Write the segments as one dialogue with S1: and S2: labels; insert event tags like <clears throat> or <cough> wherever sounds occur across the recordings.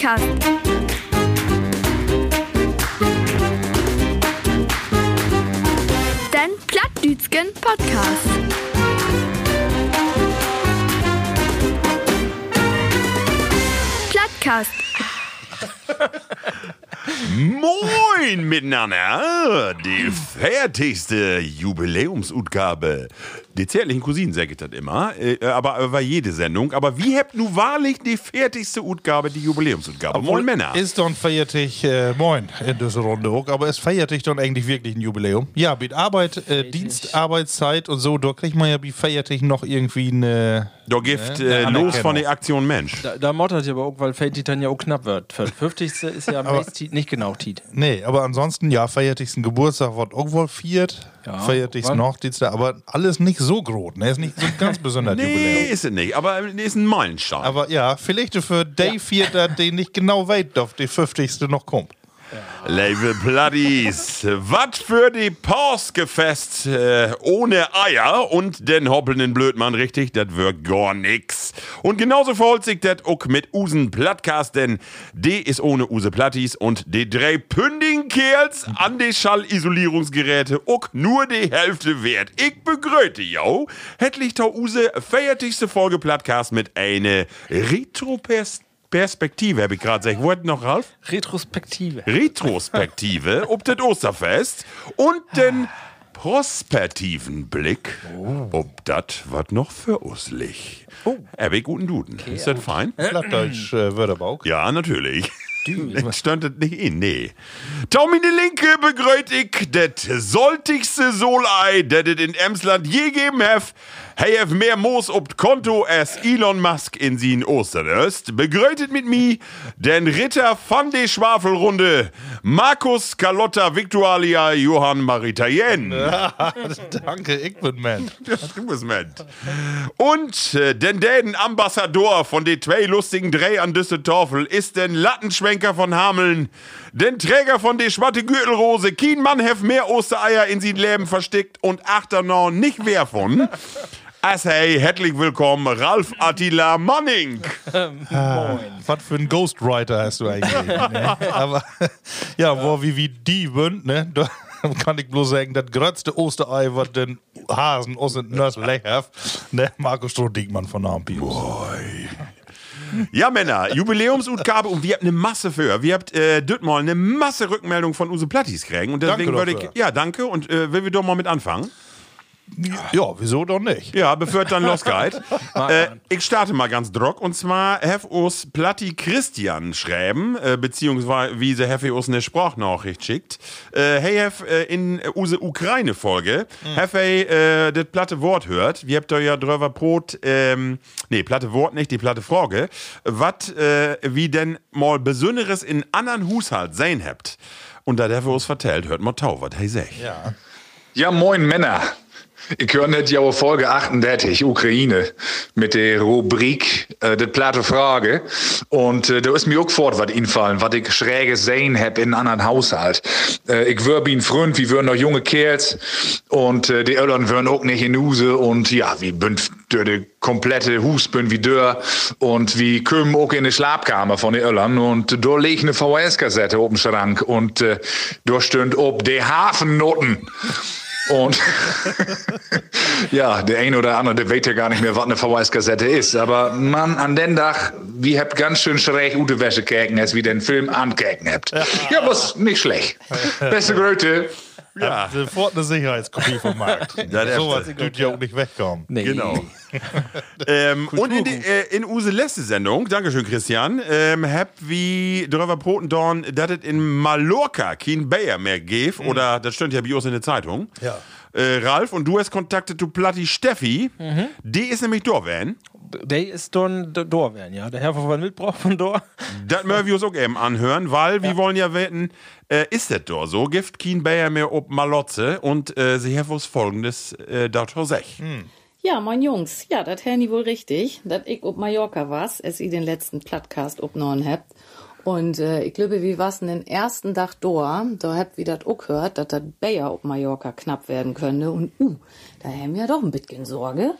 S1: Podcast. Den Plattdütschen Podcast. Plattcast.
S2: Moin miteinander! Die fertigste Jubiläumsutgabe. Die zärtlichen Cousinen sagt das immer, äh, aber äh, war jede Sendung. Aber wie habt nun wahrlich die fertigste Utgabe, die Jubiläumsutgabe? Moin Männer!
S3: Ist dann feiertig, äh, moin, in dieser Runde auch, aber es feiertig dann eigentlich wirklich ein Jubiläum. Ja, mit Arbeit, äh, Dienst, Arbeitszeit und so, da kriegt man ja wie feiertig noch irgendwie eine.
S2: Da gibt
S3: ne,
S2: äh, los
S3: Anerkennung.
S2: von der Aktion Mensch.
S4: Da, da mottert ja aber auch, weil Fate dann ja auch knapp wird. Für 50. ist ja am nächsten nicht genau Tiet.
S3: Nee, aber ansonsten, ja, feiertigsten Geburtstag wird auch wohl viert.
S4: Ja,
S3: feiertigsten
S4: wann?
S3: Hochdienst, aber alles nicht so groß, ne? Ist nicht so ein ganz besonderes
S2: Nee,
S3: Jubiläum.
S2: ist es nicht, aber äh, ist ein Meilenstein.
S3: Aber ja, vielleicht für Day 4, den nicht genau weit auf die 50. noch kommt.
S2: Label Bloodies, was für die Porskefest äh, ohne Eier und den hoppelnden Blödmann, richtig, das wirkt gar nix. Und genauso verholt sich das auch mit Usen Plattcast, denn D ist ohne Use Plattis und die drei Pündingkerls an die Schallisolierungsgeräte auch nur die Hälfte wert. Ich begröte, yo. Hättlich tau Use feiertigste Folge Plattcast mit eine Retro-Perspektive, hab ich gerade gesagt. Wollten noch, Ralf?
S4: Retrospektive.
S2: Retrospektive <laughs> ob das Osterfest und den prospektiven Blick ob das was noch für uns liegt. Oh. Erwig guten Duden. Ist das fein?
S3: Plattdeutsch äh, Wörterbauk.
S2: Ja, natürlich. <laughs> Das stand das nicht in, nee. Tommy die Linke begrüßt ich das soltigste Solei, das es in Emsland je geben hef. Hey, hef mehr Moos ob Konto als Elon Musk in sin Osteröst. Begrüßt mit mi den Ritter van de Schwafelrunde, Markus Carlotta Victualia Johann Maritayen.
S3: Danke, ich bin man.
S2: Amusement. Und äh, den Däden Ambassador von den zwei lustigen Dreh an Düsseldorfel ist den Lattenschwenker von Hameln, den Träger von der schwatte Gürtelrose, kein Mann hef mehr Ostereier in sein Leben versteckt und Achternorn nicht wer von. As hey, herzlich willkommen, Ralf Attila Manning.
S3: Was für ein Ghostwriter hast du eigentlich? ne? Aber <laughs> ja, wo wie, wie die wünscht, ne? Da <laughs> kann ich bloß sagen, das grötzte Osterei, was den Hasen aus dem Nörs lechert, ne? Marco Stroh-Diekmann von Ampius.
S2: Ja, Männer, Jubiläumsutgabe und wir habt eine Masse für. Wir habt äh, dit mal eine Masse Rückmeldung von Use Plattis kriegen. Und deswegen
S3: Danke
S2: würde
S3: dafür.
S2: ich. Ja, danke. Und äh, will wir doch mal mit anfangen.
S3: Ja, wieso doch nicht?
S2: Ja, befört dann los
S3: <laughs>
S2: geht.
S4: Mag
S2: äh,
S4: man.
S2: ich starte mal ganz drock und zwar hef us Platti Christian schreiben, äh, beziehungsweise wie se hef us ne Sprachnachricht schickt. Äh, hey hef äh, in äh, use Ukraine Folge,
S3: Hm.
S2: hef hey äh, das platte Wort hört. Wir habt da ja drüber Brot, ähm, nee, platte Wort nicht, die platte Frage. Wat äh, wie denn mal Besonderes in anderen Haushalt sein habt. Und da der uns vertellt, hört mal tau, wat hey sech.
S3: Ja.
S5: Ja, moin Männer. Ich höre nicht ja Folge 38, Ukraine, mit der Rubrik äh, Die platte Frage. Und äh, da ist mir auch fort was infallen, was ich schräge sehen hab in anderen Haushalt. Äh, ich würb ihn frönt, wie würden noch junge Kerls und äh, die Öllern würden auch nicht in Huse und ja, wie bünd dür de komplette Hus bünd wie dör und wie kümmen auch in die Schlafkammer von den Öllern und da leg ich ne eine VHS-Kassette oben Schrank und äh, da stöhnt ob die Hafennoten. Und <laughs> ja, der ein oder andere, der weiß ja gar nicht mehr, was eine VHS-Kassette ist. Aber Mann, an den Tag, wie habt ganz schön schräg gute Wäsche käken, als wie den Film ankäken habt. Ja, was nicht schlecht. Beste Gröte.
S3: ja. Sofort eine Sicherheitskopie
S2: <laughs>
S3: vom Markt.
S2: der-
S3: so was tut ja auch nicht wegkommen.
S4: Nee. <laughs>
S2: Genau. ähm, und in, die, äh, in Use letzte Sendung, Dankeschön Christian, ähm, hab wie Dröver Protendorn, dass es in Mallorca kein Bayer mehr gäf, oder das stand ja bei uns in der Zeitung.
S3: Ja.
S2: Äh, Ralf, und du hast Kontakte zu Platti Steffi, die ist nämlich Dorwan.
S4: Der ist Don D- Dor werden, ja. Der Herr von Van Wildbrauch von Dor.
S2: Das mögen wir uns auch eben anhören, weil wir wollen ja wetten, äh, ist das doch so? Gift kein Bayer mehr ob Malotze und äh, sie haben uns folgendes äh, dazu sech.
S6: Ja, moin Jungs. Ja, das Herrn wohl richtig, dass ich ob Mallorca was, es i den letzten Plattcast obnorn habt. Und äh, ich glaube, wie was den ersten Dach Doa, da habt wie dat ook hört, dass dat Bayer ob Mallorca knapp werden könnte. Und uh, da haben wir doch ein bisschen Sorge.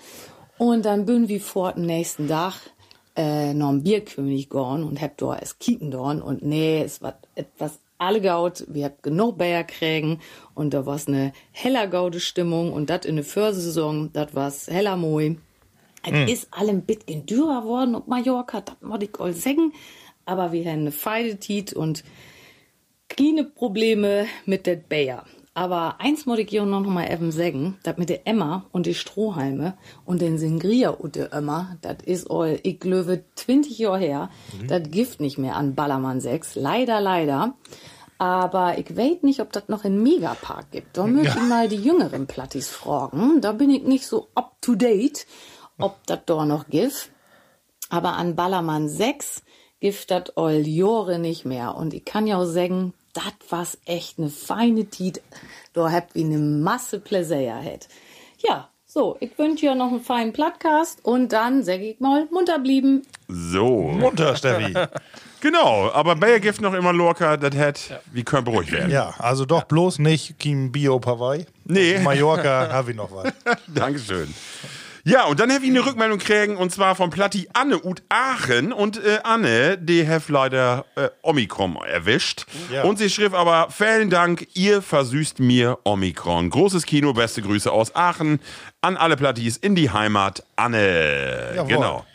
S6: Und dann bünden wir vor den nächsten Dach äh, noch ein Bierkönig gorn und hab da es kicken dorn und nee, es war etwas allegaut, wir habt genug Bayer kriegen und da war's ne heller gaude Stimmung und dat in der Försaison, dat war's heller moi. Es ist allem bisschen dürrer worden auf Mallorca, das muss ich all sagen. Aber wir haben eine Feide tiet und kleine Probleme mit der Bayer. Aber eins muss ich hier noch mal eben sagen, das mit der Emma und die Strohhalme und den Singria und der Emma, das ist all, ich glaube, 20 Jahre her, das gift nicht mehr an Ballermann 6. Leider, leider. Aber ich weiß nicht, ob das noch in Megapark gibt. Da möchte ich mal die jüngeren Plattis fragen. Da bin ich nicht so up to date, ob das da noch gibt. Aber an Ballermann 6 gibt das all Jore nicht mehr. Und ich kann ja auch sagen, das war's echt ne feine Tiet. Da habt wie ne Masse Pläseier hätt. Ja, so, ich wünsch dir noch einen feinen Podcast und dann sag ich mal, munter blieben.
S2: So.
S3: Munter, äh, Steffi.
S2: Genau, aber Bayer gibt noch immer Lorca, das hat, wir können beruhigt werden.
S3: Ja, also doch bloß nicht Kim Bio Hawaii.
S2: Nee.
S3: Auf Mallorca habe ich
S2: <laughs>
S3: noch was.
S2: Dankeschön. Ja, und dann habe ich eine Rückmeldung kriegen und zwar von Platti Anne ut Aachen. Und äh, Anne, die hat leider äh, Omikron erwischt.
S3: Ja.
S2: Und sie schrieb aber, vielen Dank, ihr versüßt mir Omikron. Großes Kino, beste Grüße aus Aachen. An alle Plattis in die Heimat, Anne.
S3: Jawohl.
S2: Genau.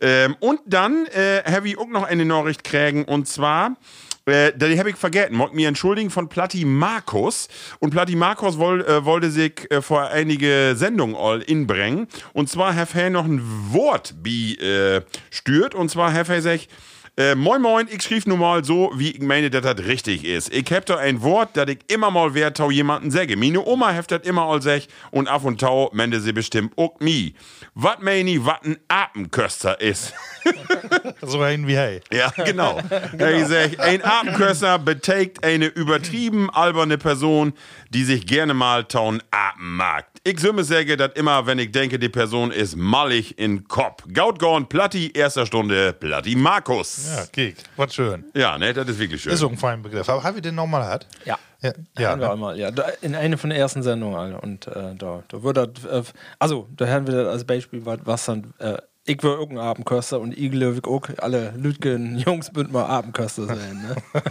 S2: Ähm, und dann äh, habe ich auch noch eine Nachricht kriegen und zwar. Äh, die habe ich vergessen. Mock mir entschuldigen von Platti Markus. Und Platti Markus woll, äh, wollte sich äh, vor einige Sendungen all inbringen. Und zwar hat er noch ein Wort bi äh, stört. Und zwar hat er sich äh, moin moin, ich schrieb nun mal so, wie ich meine, dass das richtig ist. Ich hab da ein Wort, das ich immer mal wert tau jemanden säge. Mine Oma heft dat immer all sech und af und tau mende sie bestimmt ook mi. Wat meini, wat ein Apenköster ist.
S3: So ein wie hey.
S2: <laughs> Ja, genau. Ja, ich sag, ein Apenköster betägt eine übertrieben alberne Person, die sich gerne mal taun Apen mag. Ich sümme säge dat immer, wenn ich denke, die Person ist mallig in Kopf. Gautgorn, Platti, erster Stunde, Platti Markus.
S3: Ja, Kick. Was schön.
S2: Ja, ne, das ist wirklich schön.
S3: Ist so ein feiner Begriff. Aber haben wir den nochmal hat?
S4: Ja.
S3: Ja,
S4: Ja,
S3: ja,
S4: haben wir
S3: ne?
S4: einmal, ja. Da, in einer von der ersten Sendungen, Alter. Und äh, da, da wird das, äh, also, da haben wir das als Beispiel, was, was dann, äh, ich war irgendein Abendköster und ich löwig auch, alle Lütgen, Jungs, bünd mal Abendköster sein, ne?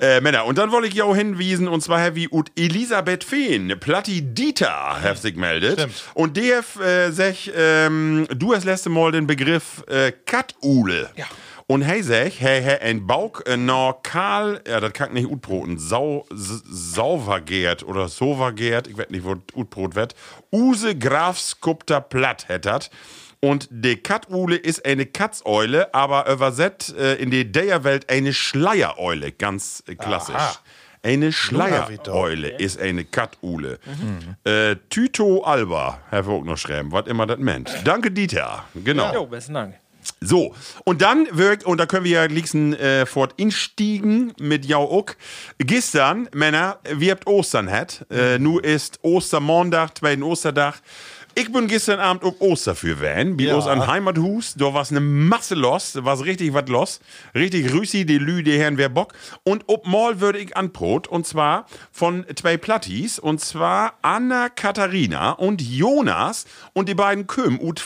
S2: Äh, Männer, und dann wollte ich ja auch hinwiesen, und zwar Heavy und Elisabeth Feen, Platti Dieter, hat sich meldet.
S3: Stimmt.
S2: Und DF äh, sech, ähm, du hast letzte Mal den Begriff äh, Katule.
S4: Ja.
S2: Und hey sech, hey, hey, ein Bauch, äh, no Karl, ja, das kann ich nicht Utbroten, Sau, S- Sauvergärt oder Sovergärt, ich weiß nicht, wo Utbrot wird, Use Grafskupter Platt hättert. Und de Katule ist eine Katzeule, aber übersetzt äh, in die Deierwelt eine Schleiereule, ganz äh, klassisch.
S3: Aha.
S2: Eine
S3: Lunavitor.
S2: Schleiereule ist eine Katule. Äh, Tyto Alba, Herr Vogt noch schreiben, was immer das meint. Danke, Dieter. Genau.
S4: Jo, besten Dank.
S2: So, und dann wirkt, und da können wir ja liegsten äh, fort instiegen mit Jau Uck. Gestern, Männer, wir habt Ostern hat. Äh, nu ist Ostermontag, zweiten Osterdach. Ich bin gestern Abend auf Oster für Van, bei
S3: Ja.
S2: uns an Heimathus. Da war's ne Masse los, da war's richtig was los. Richtig Rüssi, die Lü, die Herren, wer Bock. Und ob Mal würde ich anbrot, und zwar von zwei Plattis, und zwar Anna Katharina und Jonas und die beiden Köm ut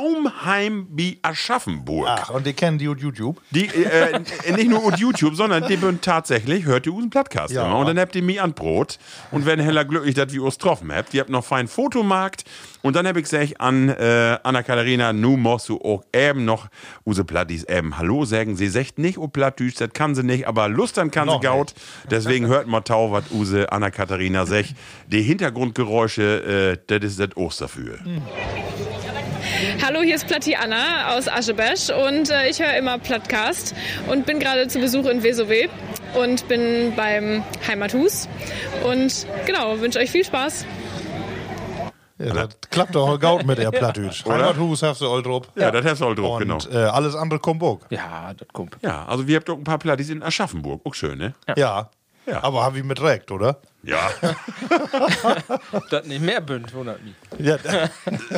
S2: Flaumheim bi Aschaffenburg.
S3: Ach, und die kennen die und YouTube.
S2: Die, äh, nicht nur und YouTube, sondern die bin tatsächlich, hört ihr unseren Podcast
S3: Ja.
S2: immer. Und dann habt ihr mich an Brot und werden heller glücklich, dass wir uns getroffen habt. Ihr habt noch fein Fotomarkt. Und dann hab ich gesagt an äh, Anna-Katharina, nu musst du auch eben noch use Plattis eben Hallo sagen. Sie sagt nicht o Plattdüsch, das kann sie nicht, aber lustern kann
S3: Noch
S2: sie gaut. Deswegen hört mal tau, wat use Anna-Katharina sagt. Die Hintergrundgeräusche, äh, das ist das Osterfühl.
S3: Mhm.
S7: Hallo, hier ist Platti Anna aus Aschebesch und äh, ich höre immer Plattcast und bin gerade zu Besuch in Vesowe und bin beim Heimathus und genau, wünsche euch viel Spaß.
S3: Ja, das klappt doch gaut mit der Plattdütsch. Heimathus hast du all drauf.
S2: Ja, das hast du all drauf,
S3: und,
S2: genau.
S3: äh, alles andere kommt auch.
S4: Ja, das
S2: <laughs>
S4: kommt.
S2: Ja, also wir habt auch ein paar Plattis in Aschaffenburg. Auch schön, ne?
S3: Ja.
S2: Ja.
S3: Aber hab ich mit
S2: <laughs>
S3: recht, oder?
S2: Ja.
S3: <laughs>
S4: Das nicht mehr bünd, wundert mich.
S3: Ja.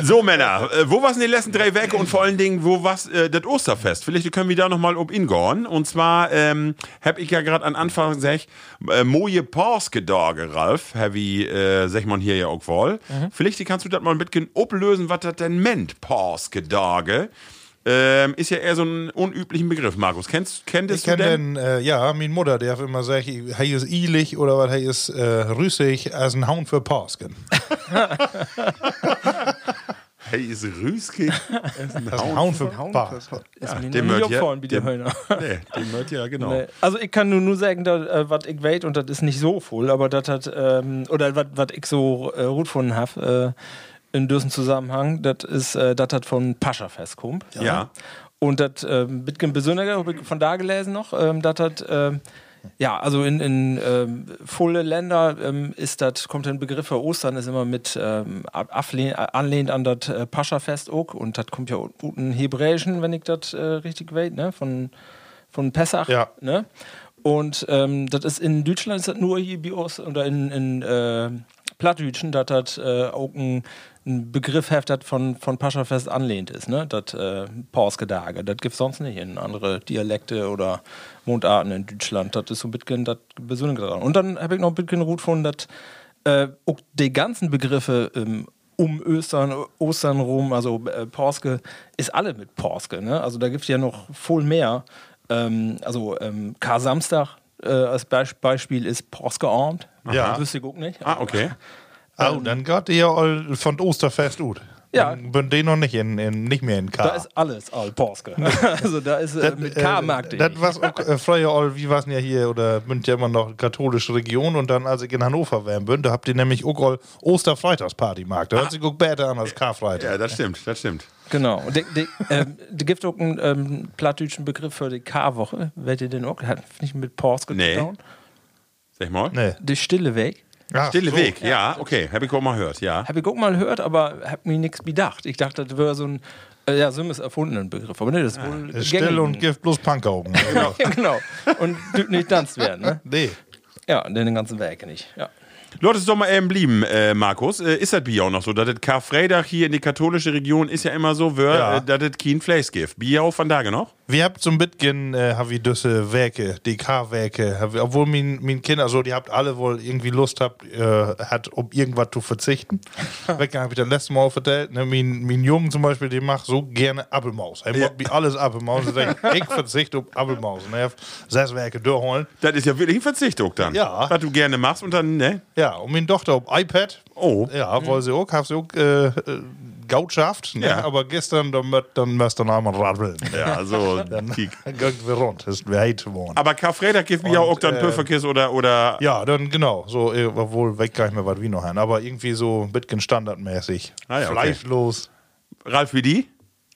S2: So, Männer, äh, wo was in den letzten drei Werke und vor allen Dingen, wo was äh, das Osterfest? Vielleicht können wir da nochmal ob ingorn. Und zwar ähm, habe ich ja gerade an Anfang gesagt, äh, Moje Porske Dorge, Ralf, wie äh, sag man hier ja auch wohl. Vielleicht kannst du das mal ein bisschen ablösen, was das denn meint, Porske Dorge. Äh, Ähm, ist ja eher so ein unüblichen Begriff, Markus. Kennst,
S3: Ich
S2: kenntest du
S3: kenne
S2: denn?
S3: den, äh, ja, meine Mutter, die hat immer gesagt, hey ist ilig oder was, hey ist äh, rüssig, als ein Hound
S2: <laughs>
S3: für Pasken.
S2: Hey, ist Rüski. Ist ein
S3: Als ein
S2: Hauen.
S3: Hound für Pasken.
S4: Ist mir
S2: dem
S4: noch
S2: wird
S4: nie
S2: ja-
S4: aufgefallen, wie die
S2: dem-
S4: Hölle.
S2: <laughs> Nee, den hört ja, genau.
S4: Nee. Also ich kann nur, nur sagen, dass, äh, was ich weiß, und das ist nicht so voll, aber das hat, ähm, oder was was ich so äh, gut gefunden habe äh, in diesem Zusammenhang, das ist, äh, das hat von Pascha festkommt.
S2: Ja.
S4: Und das äh, bisschen besonderer, hab ich von da gelesen noch, ähm, das hat, ähm, ja, also in, in ähm, volle Länder ähm, ist das, kommt der Begriff für Ostern, ist immer mit ähm, ab- aflehn- anlehnt an das äh, Pascha-Fest auch und das kommt ja aus guten Hebräischen, wenn ich das äh, richtig weiß, ne, von, von Pessach.
S3: Ja.
S4: Ne? Und ähm, das ist in Deutschland ist das nur hier bei uns oder in, in äh, Plattdütschen, dass das äh, auch ein, ein Begriff heft, das von, von Paschafest anlehnt ist, ne? Das äh, Porske-Dage. Das gibt sonst nicht in andere Dialekte oder Mundarten in Deutschland. Das ist so ein bisschen das Besondere daran. Und dann habe ich noch ein bisschen Ruth gefunden, dass äh, auch die ganzen Begriffe ähm, um Ostern, Ostern rum, also äh, Porske, ist alle mit Porske. Ne? Also da gibt es ja noch viel mehr. Ähm, also ähm, Kar-Samstag äh, als Beisp- Beispiel ist Porsgeabend.
S3: Ja.
S4: Das wüsste ich auch nicht.
S2: Ah, okay.
S3: Oh, dann geht ihr all von Osterfest gut.
S4: Ähm, Ja.
S3: Dann Bin den noch nicht, in, in, nicht mehr in K.
S4: Da ist alles all Porske. <laughs> also da ist äh, mit K mag ich.
S3: Das war's auch, äh, früher, all, wie war's denn ja hier, oder bin ja immer noch katholische Region und dann, als ich in Hannover wären bin, da habt ihr nämlich auch all Osterfreitagsparty markt. Da
S4: Ah.
S3: hört sich auch besser an als Karfreitag.
S2: Ja, das stimmt, das stimmt.
S4: Genau. Und der- der, ähm, der gibt auch einen ähm, plattdütschen Begriff für die K-Woche. Werdet ihr den auch? Hat nicht mit Porske
S2: Nee.
S4: getan?
S2: Sag mal.
S3: Nee.
S4: Der stille Weg.
S3: Ach,
S2: Stille
S3: so.
S2: Weg, ja, okay. Hab ich auch mal gehört, ja.
S4: Habe ich auch mal gehört, aber habe mir nichts bedacht. Ich dachte, das wäre so ein äh, ja, so ein erfundenen Begriff. Aber nee, das ist wohl
S3: Still
S4: gängig. <laughs>
S3: und Gift plus Punkaugen.
S4: genau. genau. Und dürfen nicht tanzt werden, ne?
S3: nee.
S4: Ja, den ganzen Weg nicht. Ja.
S2: Leute, es ist doch mal eben blieben, äh, Markus. Äh, ist das Bier auch noch so? Dass das Karfreitag hier in die katholische Region ist ja immer so, wör,
S3: Ja.
S2: äh, dass das kein Fleisch gibt. Bier auch von genau. Tage noch?
S3: Wir habt so ein bisschen, äh, hab ich düsse Werke, DK-Werke, hab- obwohl mein, mein Kind, also die habt alle wohl irgendwie Lust habt, äh, hat, um irgendwas
S2: <laughs>
S3: zu verzichten. Wecker hab ich dann letztes Mal auch vertellt, ne, mein, mein Jungen zum Beispiel, der macht so gerne Appelmaus. Er macht wie alles Appelmaus. Ich, denk,
S2: <laughs>
S3: ich verzichte auf Appelmaus. Ne, hab sechs Werke durchholen.
S2: Das ist ja wirklich ein Verzicht, auch dann.
S3: Ja.
S2: Was du gerne machst und dann, ne?
S3: Ja, und meine Tochter auf iPad.
S2: Oh.
S3: Ja, wollen sie auch, hab sie auch, äh, äh, Gautschaft, ne?
S2: Ja.
S3: aber gestern, dann wird dann müsst ihr noch
S2: <laughs>
S3: einmal rabbeln.
S2: Ja, so. Kick.
S3: <laughs> Dann geht wir rund, das ist weit geworden.
S2: Aber Karfreitag gibt Bier
S3: Und,
S2: auch dann
S3: äh,
S2: Pöfferkiss oder, oder
S3: Ja, dann genau. So, äh, obwohl weg gar nicht mehr was wie noch ein, aber irgendwie so ein bisschen standardmäßig.
S2: Ah ja, okay.
S3: Fleischlos.
S2: Ralf wie die?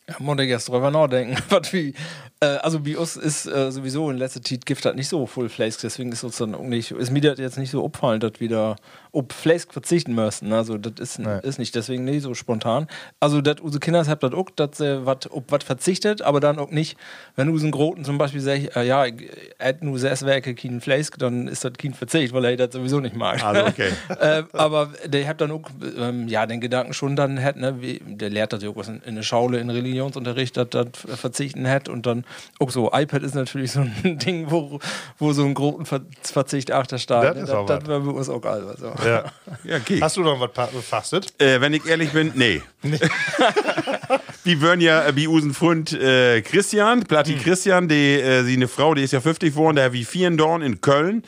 S4: Ja, muss ich erst drüber nachdenken. <laughs> Was wie, äh, also bei uns ist äh, sowieso in letzter Zeit Gift hat nicht so full Flakes, deswegen ist uns dann auch nicht, ist mir das jetzt nicht so auffallen, dass wir da ob Flakes verzichten müssen. Also das ist, ist nicht, deswegen nicht so spontan. Also dass unsere Kinder habt das auch, dass sie wat, ob was verzichtet, aber dann auch nicht, wenn unseren Groten zum Beispiel sagt, äh, ja, ich hätte nur sechs Werke keinen Flakes, dann ist das kein Verzicht, weil er das sowieso nicht mag.
S2: Also, okay.
S4: <laughs> äh, aber der hat dann auch ähm, ja, den Gedanken schon dann hat, ne, wie, der lehrt das ja auch was in, in der Schaule, in Religionsunterricht, dass das verzichten hat und dann auch so, iPad ist natürlich so ein <laughs> Ding, wo, wo so ein großen Ver Verzicht
S3: Das
S4: achterstarrt.
S3: ist
S4: ne, Das,
S3: auch
S4: das,
S3: was.
S4: das wäre bei uns auch also. albern. So. <laughs>
S3: Ja.
S2: <laughs> Ja, Kick.
S3: Hast du noch was pa- gefastet?
S2: Äh, wenn ich ehrlich bin, nee. Wie würden ja, äh, wie unseren Freund äh, Christian, Platti
S3: Hm.
S2: Christian, die, äh, sie eine Frau, die ist ja 50 geworden, der wie vier in Dorn in Köln.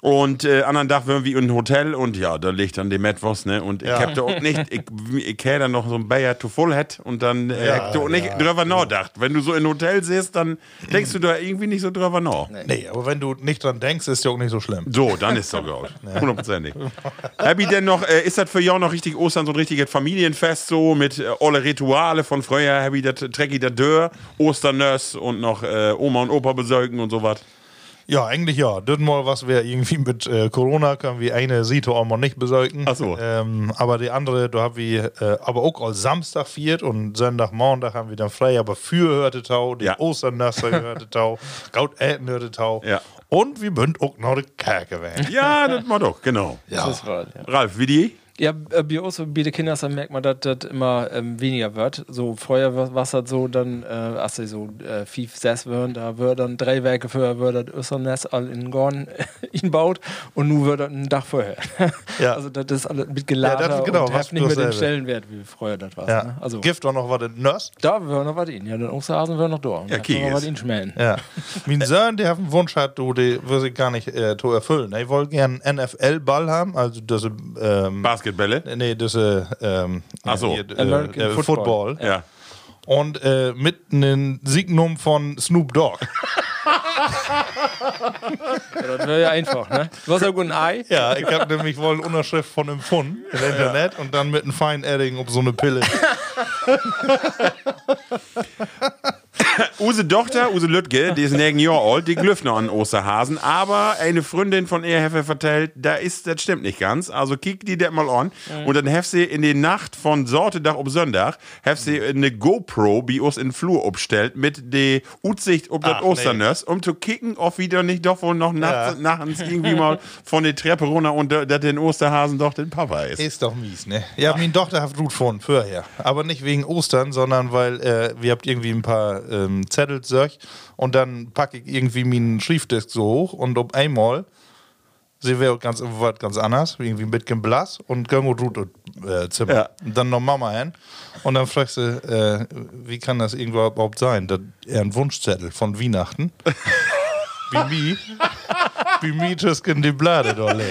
S2: Und äh, anderen Tag würden wir in ein Hotel und ja, da liegt dann die Metwos, ne? Und ich hab da auch nicht, ich, ich hätte dann noch so ein Bayer to full hat und dann äh,
S3: Ja,
S2: hab da auch nicht
S3: ja,
S2: drüber nachgedacht. Wenn du so in ein Hotel siehst, dann denkst du da irgendwie nicht so drüber nach.
S3: Nee, aber wenn du nicht dran denkst, ist ja auch nicht so schlimm.
S2: So, dann ist doch <laughs> gut. Hundertprozentig. Happy denn noch, äh, ist das für Jahr noch richtig Ostern so ein richtiges Familienfest so mit äh, alle Rituale von früher, Happy das Trecki der Dörr, Osternöss und noch äh, Oma und Opa besäugen und sowas.
S3: Ja, eigentlich ja. Das mal, was wir irgendwie mit äh, Corona können, wir eine Sito auch mal nicht besorgen.
S2: Ach so.
S3: Ähm, aber die andere, da haben wir äh, aber auch all Samstag viert und Sonntag, Montag haben wir dann frei, aber für hörte Tau, die
S2: Ja.
S3: Osternasser
S2: <laughs>
S3: hörte Tau, Gaut Äten hörte Tau.
S2: Ja.
S3: Und wir bünd auch noch die Kerke weg.
S2: <laughs> Ja, das mal doch, genau.
S4: Das war, ja.
S2: Ralf, wie die?
S4: Ja, äh, bei uns bei den Kindern dann merkt man, dass das immer ähm, weniger wird. So vorher war es halt so, dann, äh, als sie so äh, fünf, sechs waren, da wird dann drei Werke vorher, wird das Össernest all in Gorn <laughs> ihn baut und nun wird das ein Dach vorher. <laughs>
S3: Ja.
S4: Also das ist alles mit geladen
S3: Ja, das- genau,
S4: und
S3: was
S4: hat nicht mehr den
S3: dasselbe.
S4: Stellenwert, wie früher das war.
S3: Ja.
S4: Ne? Also
S3: Gift auch noch was in Nurse.
S4: da wären noch was in. Ja, dann Osterhasen wären noch da.
S2: Ja,
S4: Da
S2: okay,
S4: können wir was
S2: ist-
S4: in schmälen.
S3: Ja. <laughs> mein Sohn, der hat einen Wunsch hat, du, der will ich gar nicht äh, to erfüllen. Er wollte gerne einen NFL-Ball haben, also das ähm,
S2: Basketbälle?
S3: Nee, das äh, ähm,
S2: Ach so.
S3: hier, äh,
S4: American
S3: äh, Football.
S4: Football.
S2: Ja.
S3: Und äh, mit einem Signum von Snoop Dogg.
S4: Das wäre ja einfach, ne? Du hast ja gut ein Ei.
S3: Ja, ich habe nämlich wohl eine Unterschrift von einem Pfund im Internet und dann mit einem feinen Edding um so eine Pille.
S2: Use Tochter, Use Lüttke, die ist negen Jahr alt, die glüfft noch an Osterhasen, aber eine Freundin von ihr hat vertellt, da ist, das stimmt nicht ganz, also kick die das mal an und dann hef sie in die Nacht von Sortedag auf Sonntag, hef sie eine GoPro bei uns in den Flur obstellt mit der Utsicht ob das
S3: Ach,
S2: Osternest, um zu kicken, ob wieder nicht doch wohl noch nachts,
S3: Ja.
S2: nachts irgendwie mal von der Treppe runter und da- dass den Osterhasen doch den Papa ist.
S3: Ist doch mies, ne? Ja, meine Tochter hat Ruth von vorher. Aber nicht wegen Ostern, sondern weil äh, wir habt irgendwie ein paar ähm, Zettel zurück und dann packe ich irgendwie meinen Schriftdisk so hoch und um einmal sie wäre ganz, was ganz anders, irgendwie ein bisschen blass und gönn und Ruth äh, Zimmer.
S2: Ja.
S3: Und dann noch Mama hin und dann fragst du, äh, wie kann das irgendwo überhaupt sein? Das er ein Wunschzettel von Weihnachten. Wie mi, wie mi in die Blade, dolle.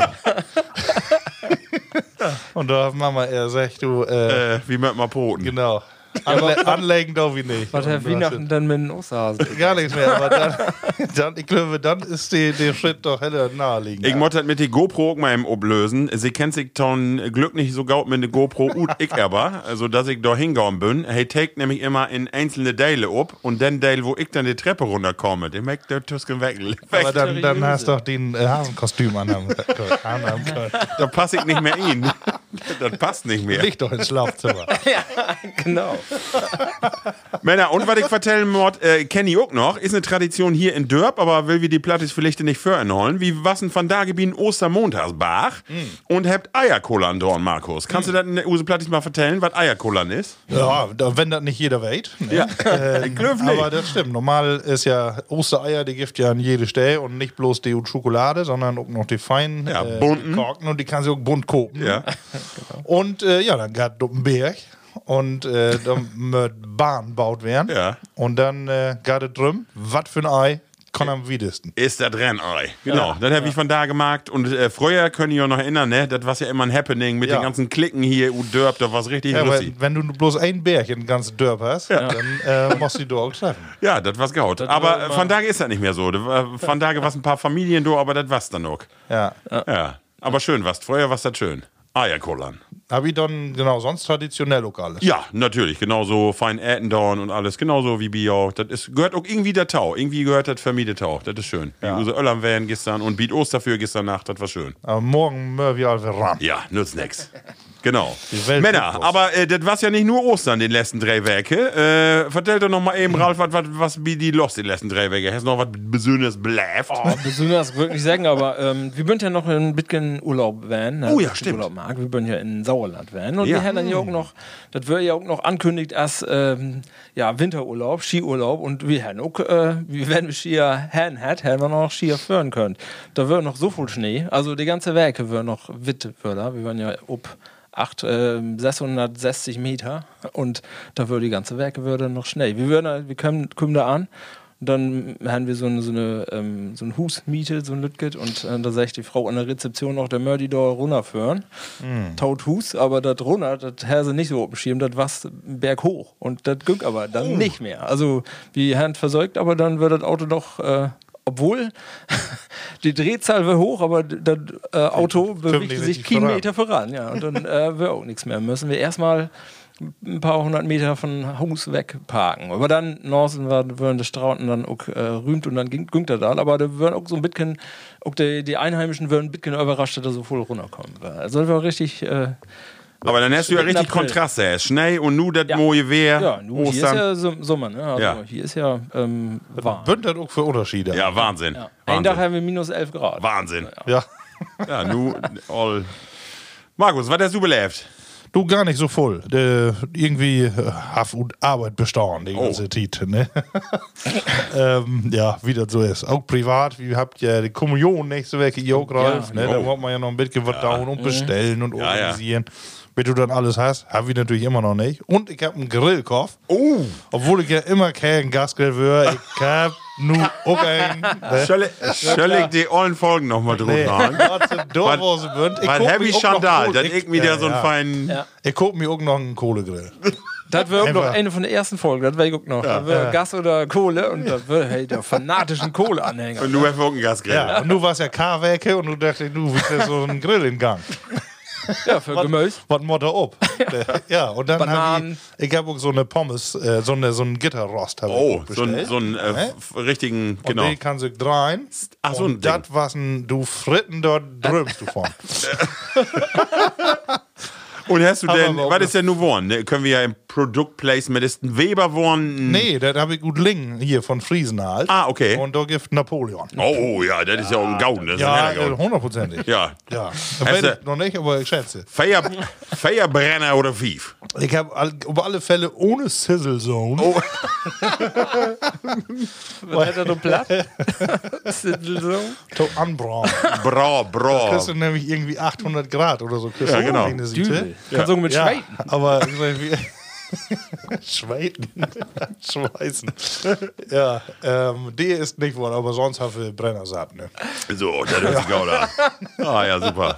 S3: Und da hat Mama eher sagt, du, äh,
S2: Äh, wie mit mal Broten.
S3: genau. Anle anlegen darf ich nicht.
S4: Was hat
S3: Und
S4: Weihnachten dann mit den Osterhasen?
S3: Gar nichts mehr, aber dann, <laughs> dann ich glaube, dann ist die, der Schritt doch heller naheliegend.
S2: Ich muss das mit der GoPro auch mal im Oblösen. Sie kennt sich ton Glück nicht so gaut mit der
S3: <laughs>
S2: GoPro ut ich aber, also dass ich da hingehauen bin. Hey, take nämlich immer in einzelne Teile ob und den Teil, wo ich dann die Treppe runterkomme, den merkt der Tüsken weg.
S3: aber
S2: weg.
S3: dann, dann hast du doch den äh, Hasenkostüm anhaben <laughs> können. anhaben können.
S2: <laughs> Da passe ich nicht mehr
S3: <laughs>
S2: in. Das passt nicht mehr.
S3: Licht doch ins Schlafzimmer.
S4: <laughs> genau.
S2: Männer, und was ich vertellen mod, äh, kenne ich auch noch, ist eine Tradition hier in Dörp, aber will wir die Plattis vielleicht nicht fördern holen, wie wassen von da gebien Ostermontagsbach
S3: Hm.
S2: und habt Eierkolan dorn, Markus. Kannst du das in der Use Plattis mal vertellen, was Eierkolan ist?
S3: Ja, da- wenn das nicht jeder weiß. Ne?
S2: Ja.
S3: Ähm,
S2: Glücklich.
S3: aber das stimmt. Normal ist ja Ostereier, die gibt ja an jede Stelle und nicht bloß die und Schokolade, sondern auch noch die feinen äh,
S2: Ja, bunten.
S3: Korken und die kannst du auch bunt kopen.
S2: Ja.
S3: Und äh, ja, dann gab Duppenberg und äh, <laughs> dann mit Bahn baut werden.
S2: Ja.
S3: Und dann äh, gab es drüben, was für ein Ei kann am widesten.
S2: Ist das Rennei. Genau, das habe ich von da gemacht. Und äh, früher könnt ihr euch noch erinnern, ne? das war ja immer ein Happening mit
S3: Ja.
S2: den ganzen Klicken hier, U Dörp, da war es richtig
S3: Ja,
S2: lustig.
S3: weil, wenn du bloß ein Bärchen in ganz Dörp hast, dann äh, musst du die auch treffen.
S2: Ja, das war's gehaut.
S4: war
S2: Aber
S4: immer-
S2: von da ist das nicht mehr so. Da war- Von da was ein paar Familien do, aber das war's dann auch.
S3: Ja.
S2: Ja. Aber schön war's. Früher war's das schön. Ah Eierkollern.
S3: Hab ich dann, genau, sonst traditionell auch alles.
S2: Ja, natürlich. Genauso fein Ätendorn und alles. Genauso wie Biau. Das ist, gehört auch irgendwie der Tau. Irgendwie gehört das vermietet Tau. Das ist schön. Wie Use Öllern wären gestern und Beat Oster für gestern Nacht. Das war schön.
S3: Aber morgen mögen wir alle ran.
S2: Ja, nützt nix. Genau.
S3: Die Welt
S2: Männer,
S3: wird groß.
S2: aber äh, das war's ja nicht nur Ostern, den letzten drei Werke. Äh, vertell doch noch mal
S3: Mhm.
S2: eben, Ralf, was, was, was wie die los, den letzten drei Werke. Hast du noch was Besonderes bläft?
S3: Oh,
S4: Besonders wirklich sagen, aber ähm, wir sind ja noch in Bitgen Urlaub van.
S2: Oh ja, stimmt.
S4: ne? Urlaub mag. Wir sind ja in Sauerland van. Und
S2: Ja. Hm.
S4: wir haben dann ja auch noch, das wird ja auch noch ankündigt als ähm, ja, Winterurlaub, Skiurlaub. Und wir haben auch, äh, wir- wenn wir Skier haben, hat, hätten wir noch Skier führen können. Da wird noch so viel Schnee. Also die ganze Werke wird noch witt, wird da. Wir waren ja ob 8, äh, 660 Meter und da würde die ganze Werke würde noch schnell. Wir, würden, da- wir kommen, kommen da an und dann haben wir so eine, so eine ähm, so ein Hus mietet, so ein Lütget und äh, da sag ich die Frau an der Rezeption noch der Mördi da runterführen.
S3: Hm.
S4: Taut Hus, aber da drunter, das hat sie nicht so auf dem Schirm, das war's berghoch und das ging aber dann
S3: Oh.
S4: nicht mehr. Also wie Hand versäugt, aber dann wird das Auto doch äh, obwohl <laughs> die Drehzahl wäre hoch, aber das äh, Auto bewegte sich
S3: richtig voran.
S4: Kilometer Meter voran, ja. Und dann äh, wäre auch nichts mehr. Müssen wir erstmal ein paar hundert Meter von Haus weg parken. Aber dann Norsen war, würden die Strauten dann auch äh, rühmt und dann ging, ging da da. Aber da würden auch so ein bisschen, auch die, die Einheimischen würden ein bisschen überrascht, dass er so voll runterkommen war. Also das war richtig, äh,
S2: Aber dann hast du ja
S4: Mitten
S2: richtig
S4: April.
S2: Kontraste. Schnee und nu das
S4: Ja.
S2: moje Wehr.
S4: ja, nur hier ist
S2: Ostern.
S4: ja Sum- Sommer, ne? Also
S2: Ja.
S4: hier ist ja ähm, warm.
S3: Bündert auch für Unterschiede.
S2: ja, Wahnsinn.
S4: Ja. Einen Tag
S2: Wahnsinn.
S4: haben wir minus 11 Grad.
S2: Wahnsinn.
S3: Ja.
S2: Ja, nu all Markus, was hast du belebt?
S3: Du gar nicht so voll. Äh, irgendwie äh, Haft und Arbeit bestauern,
S2: Oh.
S3: die ganze Zeit. Ne? <laughs> ähm, ja, wie das so ist. Auch privat, wir habt ja die Kommunion nächste Woche, Jörg Ralf. ne? Da
S2: jo.
S3: wollt man ja noch ein bisschen was dauern und bestellen und
S2: Oh. Mhm. ja.
S3: organisieren. Wenn du dann alles hast, habe ich natürlich immer noch nicht. Und ich habe einen Grillkopf.
S2: Oh,
S3: Obwohl ich ja immer kein Gasgrill wäre.
S2: <laughs>
S3: Ich hab nur auch einen. Ne?
S2: soll ich- soll ich die alten Folgen nochmal drüber
S3: Nee,
S2: haben?
S3: was ein Dorfhose bünd. <laughs> Ich
S2: Mein
S3: guck
S2: Heavy
S3: mich auch noch
S2: Schandal,
S3: gut.
S2: dann
S3: Ich-
S2: irgendwie
S3: ja,
S2: da so einen
S3: ja.
S2: feinen.
S4: Ja.
S3: Ich guck mir auch noch einen Kohlegrill.
S4: Das wäre
S3: Einfach.
S4: noch eine von der ersten Folgen, das wäre noch. Da wär Gas oder Kohle und da wäre hey, der fanatischen Kohleanhänger.
S2: <laughs> Und du hast einen Gasgrill.
S3: Ja, und du warst ja K-Werke und du dachtest, du, wie kriegst so einen Grill in Gang?
S4: Ja, für Gemüse.
S3: Was macht er ob? ja, und dann habe
S4: Bananen.
S3: ich, ich hab auch so eine Pommes, äh, so, eine, so einen Gitterrost habe
S2: Oh,
S3: ich
S2: so einen,
S3: bestellt.
S2: so einen äh,
S3: Hä?
S2: f- richtigen,
S3: Und
S2: genau.
S3: den kannst du rein.
S2: Ach, so ein
S3: und
S2: Ding.
S3: das, was ein- du fritten dort drömst
S2: <laughs>
S3: du von.
S2: Und hast du
S3: Aber
S2: denn,
S3: warum
S2: was ist denn nur worden? Ne, Können wir ja im Produktplacement, ist ein Weber worden?
S3: nee, das habe ich gut lingen hier von Friesen halt.
S2: Ah, okay.
S3: Und da gibt Napoleon.
S2: Oh ja, das ist ja auch ein Gauden, das
S3: Ja,
S2: ist ein
S3: äh,
S2: Gauden.
S3: hundertprozentig.
S2: Ja. Also-
S3: Ja,
S2: Hast
S3: weiß
S2: du-
S3: ich noch nicht, aber ich schätze.
S2: Feier, Feierbrenner oder Fief?
S3: Ich habe all, über alle Fälle ohne Sizzle Zone.
S2: Oh.
S3: <laughs>
S4: Was hätte er nur <laughs> platt? so.
S3: To anbrauen.
S2: Bra, bra.
S3: kriegst du nämlich irgendwie 800 Grad oder so. Kriegst
S2: Oh. Ja,
S3: du
S2: genau.
S3: wegen der Siete.
S4: Dübel. Kannst du mit
S3: Ja,
S4: Schwein.
S3: aber ich sag, wie- <laughs> Schweiten. <laughs> Schweißen. Ja, ähm, die ist nicht wohl, aber sonst haben wir Brennersaat. Ne?
S2: So, das hört sich Gauden an. Ah ja, super.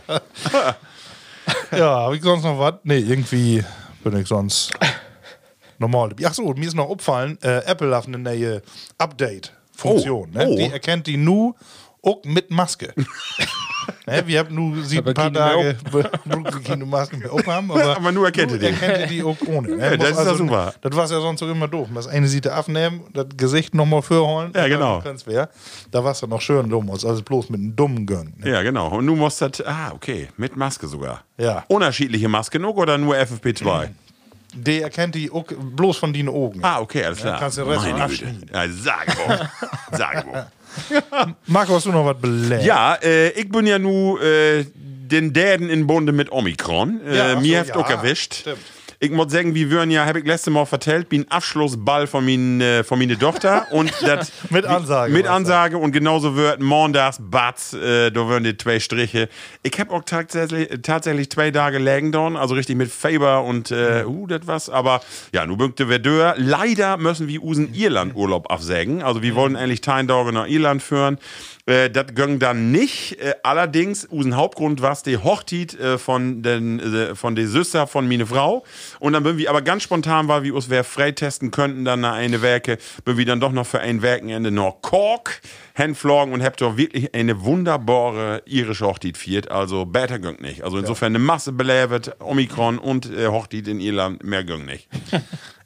S3: Ja, habe ich sonst noch was? Nee, irgendwie bin ich sonst normal. Ach so, mir ist noch aufgefallen, äh, Apple hat eine neue Update-Funktion.
S2: Oh,
S3: Ne?
S2: oh.
S3: Die erkennt die nu auch mit
S2: <laughs>
S3: Maske. ne? Wir haben nu sie
S4: Aber
S3: ein paar
S4: keine mehr
S3: Tage, <laughs> brauchen wir keine Maske mehr aufhaben, aber,
S2: Aber nu erkennt ihr die.
S3: erkennt ihr die auch ohne. Ne?
S2: Ja, das
S3: Muss
S2: ist ja super.
S3: Das war ja sonst auch immer doof. Das eine sieht abnehmen, das Gesicht nochmal vorholen.
S2: Ja, genau.
S3: Ganz wer. Da war es dann noch schön dumm, aus, also bloß mit einem dummen Gönn. Ne?
S2: Ja, genau. Und du musst das, ah, okay, mit Maske sogar.
S3: Ja. Mhm.
S2: Unterschiedliche Masken noch oder nur FFP2?
S3: Die erkennt die auch bloß von den Augen.
S2: Ah, okay, alles klar.
S3: Ja, kannst du den Rest
S2: Meine
S3: noch
S2: Güte.
S3: abschneiden.
S2: Ja, sag wohl. sag wohl.
S3: Marco, hast du noch was belässt?
S2: Ja, äh, ich bin ja nu äh, den Däden in Bunde mit Omikron. Äh,
S3: Ja, ach
S2: mir
S3: so,
S2: habt auch
S3: ja,
S2: erwischt.
S3: stimmt.
S2: Ich muss sagen, wir würden ja, habe ich letzte Mal vertellt, bin Abschlussball von min, äh, von meine Tochter
S3: <laughs>
S2: und das
S3: Mit Ansage.
S2: mit
S3: was
S2: Ansage und genauso wird Mondags Batz, äh, da würden die zwei Striche. Ich habe auch tatsächlich, tatsächlich zwei Tage lägen dorn, also richtig mit Faber und äh,
S3: Mhm.
S2: uh, das was, aber ja, nur Bünkte Verdeur. Leider müssen wir usen Irland Urlaub absägen, also
S3: Mhm.
S2: wir wollen eigentlich Teindorge nach Irland führen. Äh, das ging dann nicht. Äh, allerdings, usen Hauptgrund war die Hochtit äh, von den äh, von der Süster von meine Frau. Und dann bin wir aber ganz spontan war, wie uns wer freitesten könnten, dann nach eine Werke, bin wir dann doch noch für ein Werkenende nach Cork hinflogen und hab doch wirklich eine wunderbare irische Hochtit viert. Also besser gönnt nicht. Also insofern eine Masse belevet, Omikron und äh, Hochtit in Irland, mehr gönnt nicht.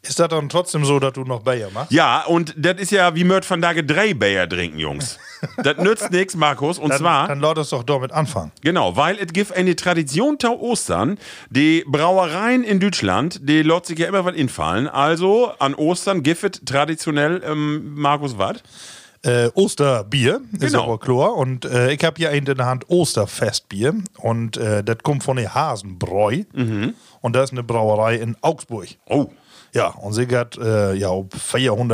S3: Ist das dann trotzdem so, dass du noch Bayer machst?
S2: Ja, und das ist ja wie Mört von Tage drei Bayer trinken, Jungs. das nützt nichts, Markus. Und zwar.
S3: Dann lautet es doch damit anfangen.
S2: Genau, weil es gibt eine Tradition tau Ostern. Die Brauereien in Deutschland, die lässt sich ja immer was infallen. Also an Ostern gibt es traditionell, ähm, Markus, was?
S3: Äh, Osterbier ist
S2: Genau.
S3: aber Chlor. Und äh, ich habe hier einen in der Hand Osterfestbier. Und äh, das kommt von der Hasenbräu.
S2: Mhm.
S3: Und da ist eine Brauerei in Augsburg.
S2: Oh,
S3: Ja, und sie hat äh, ja, ob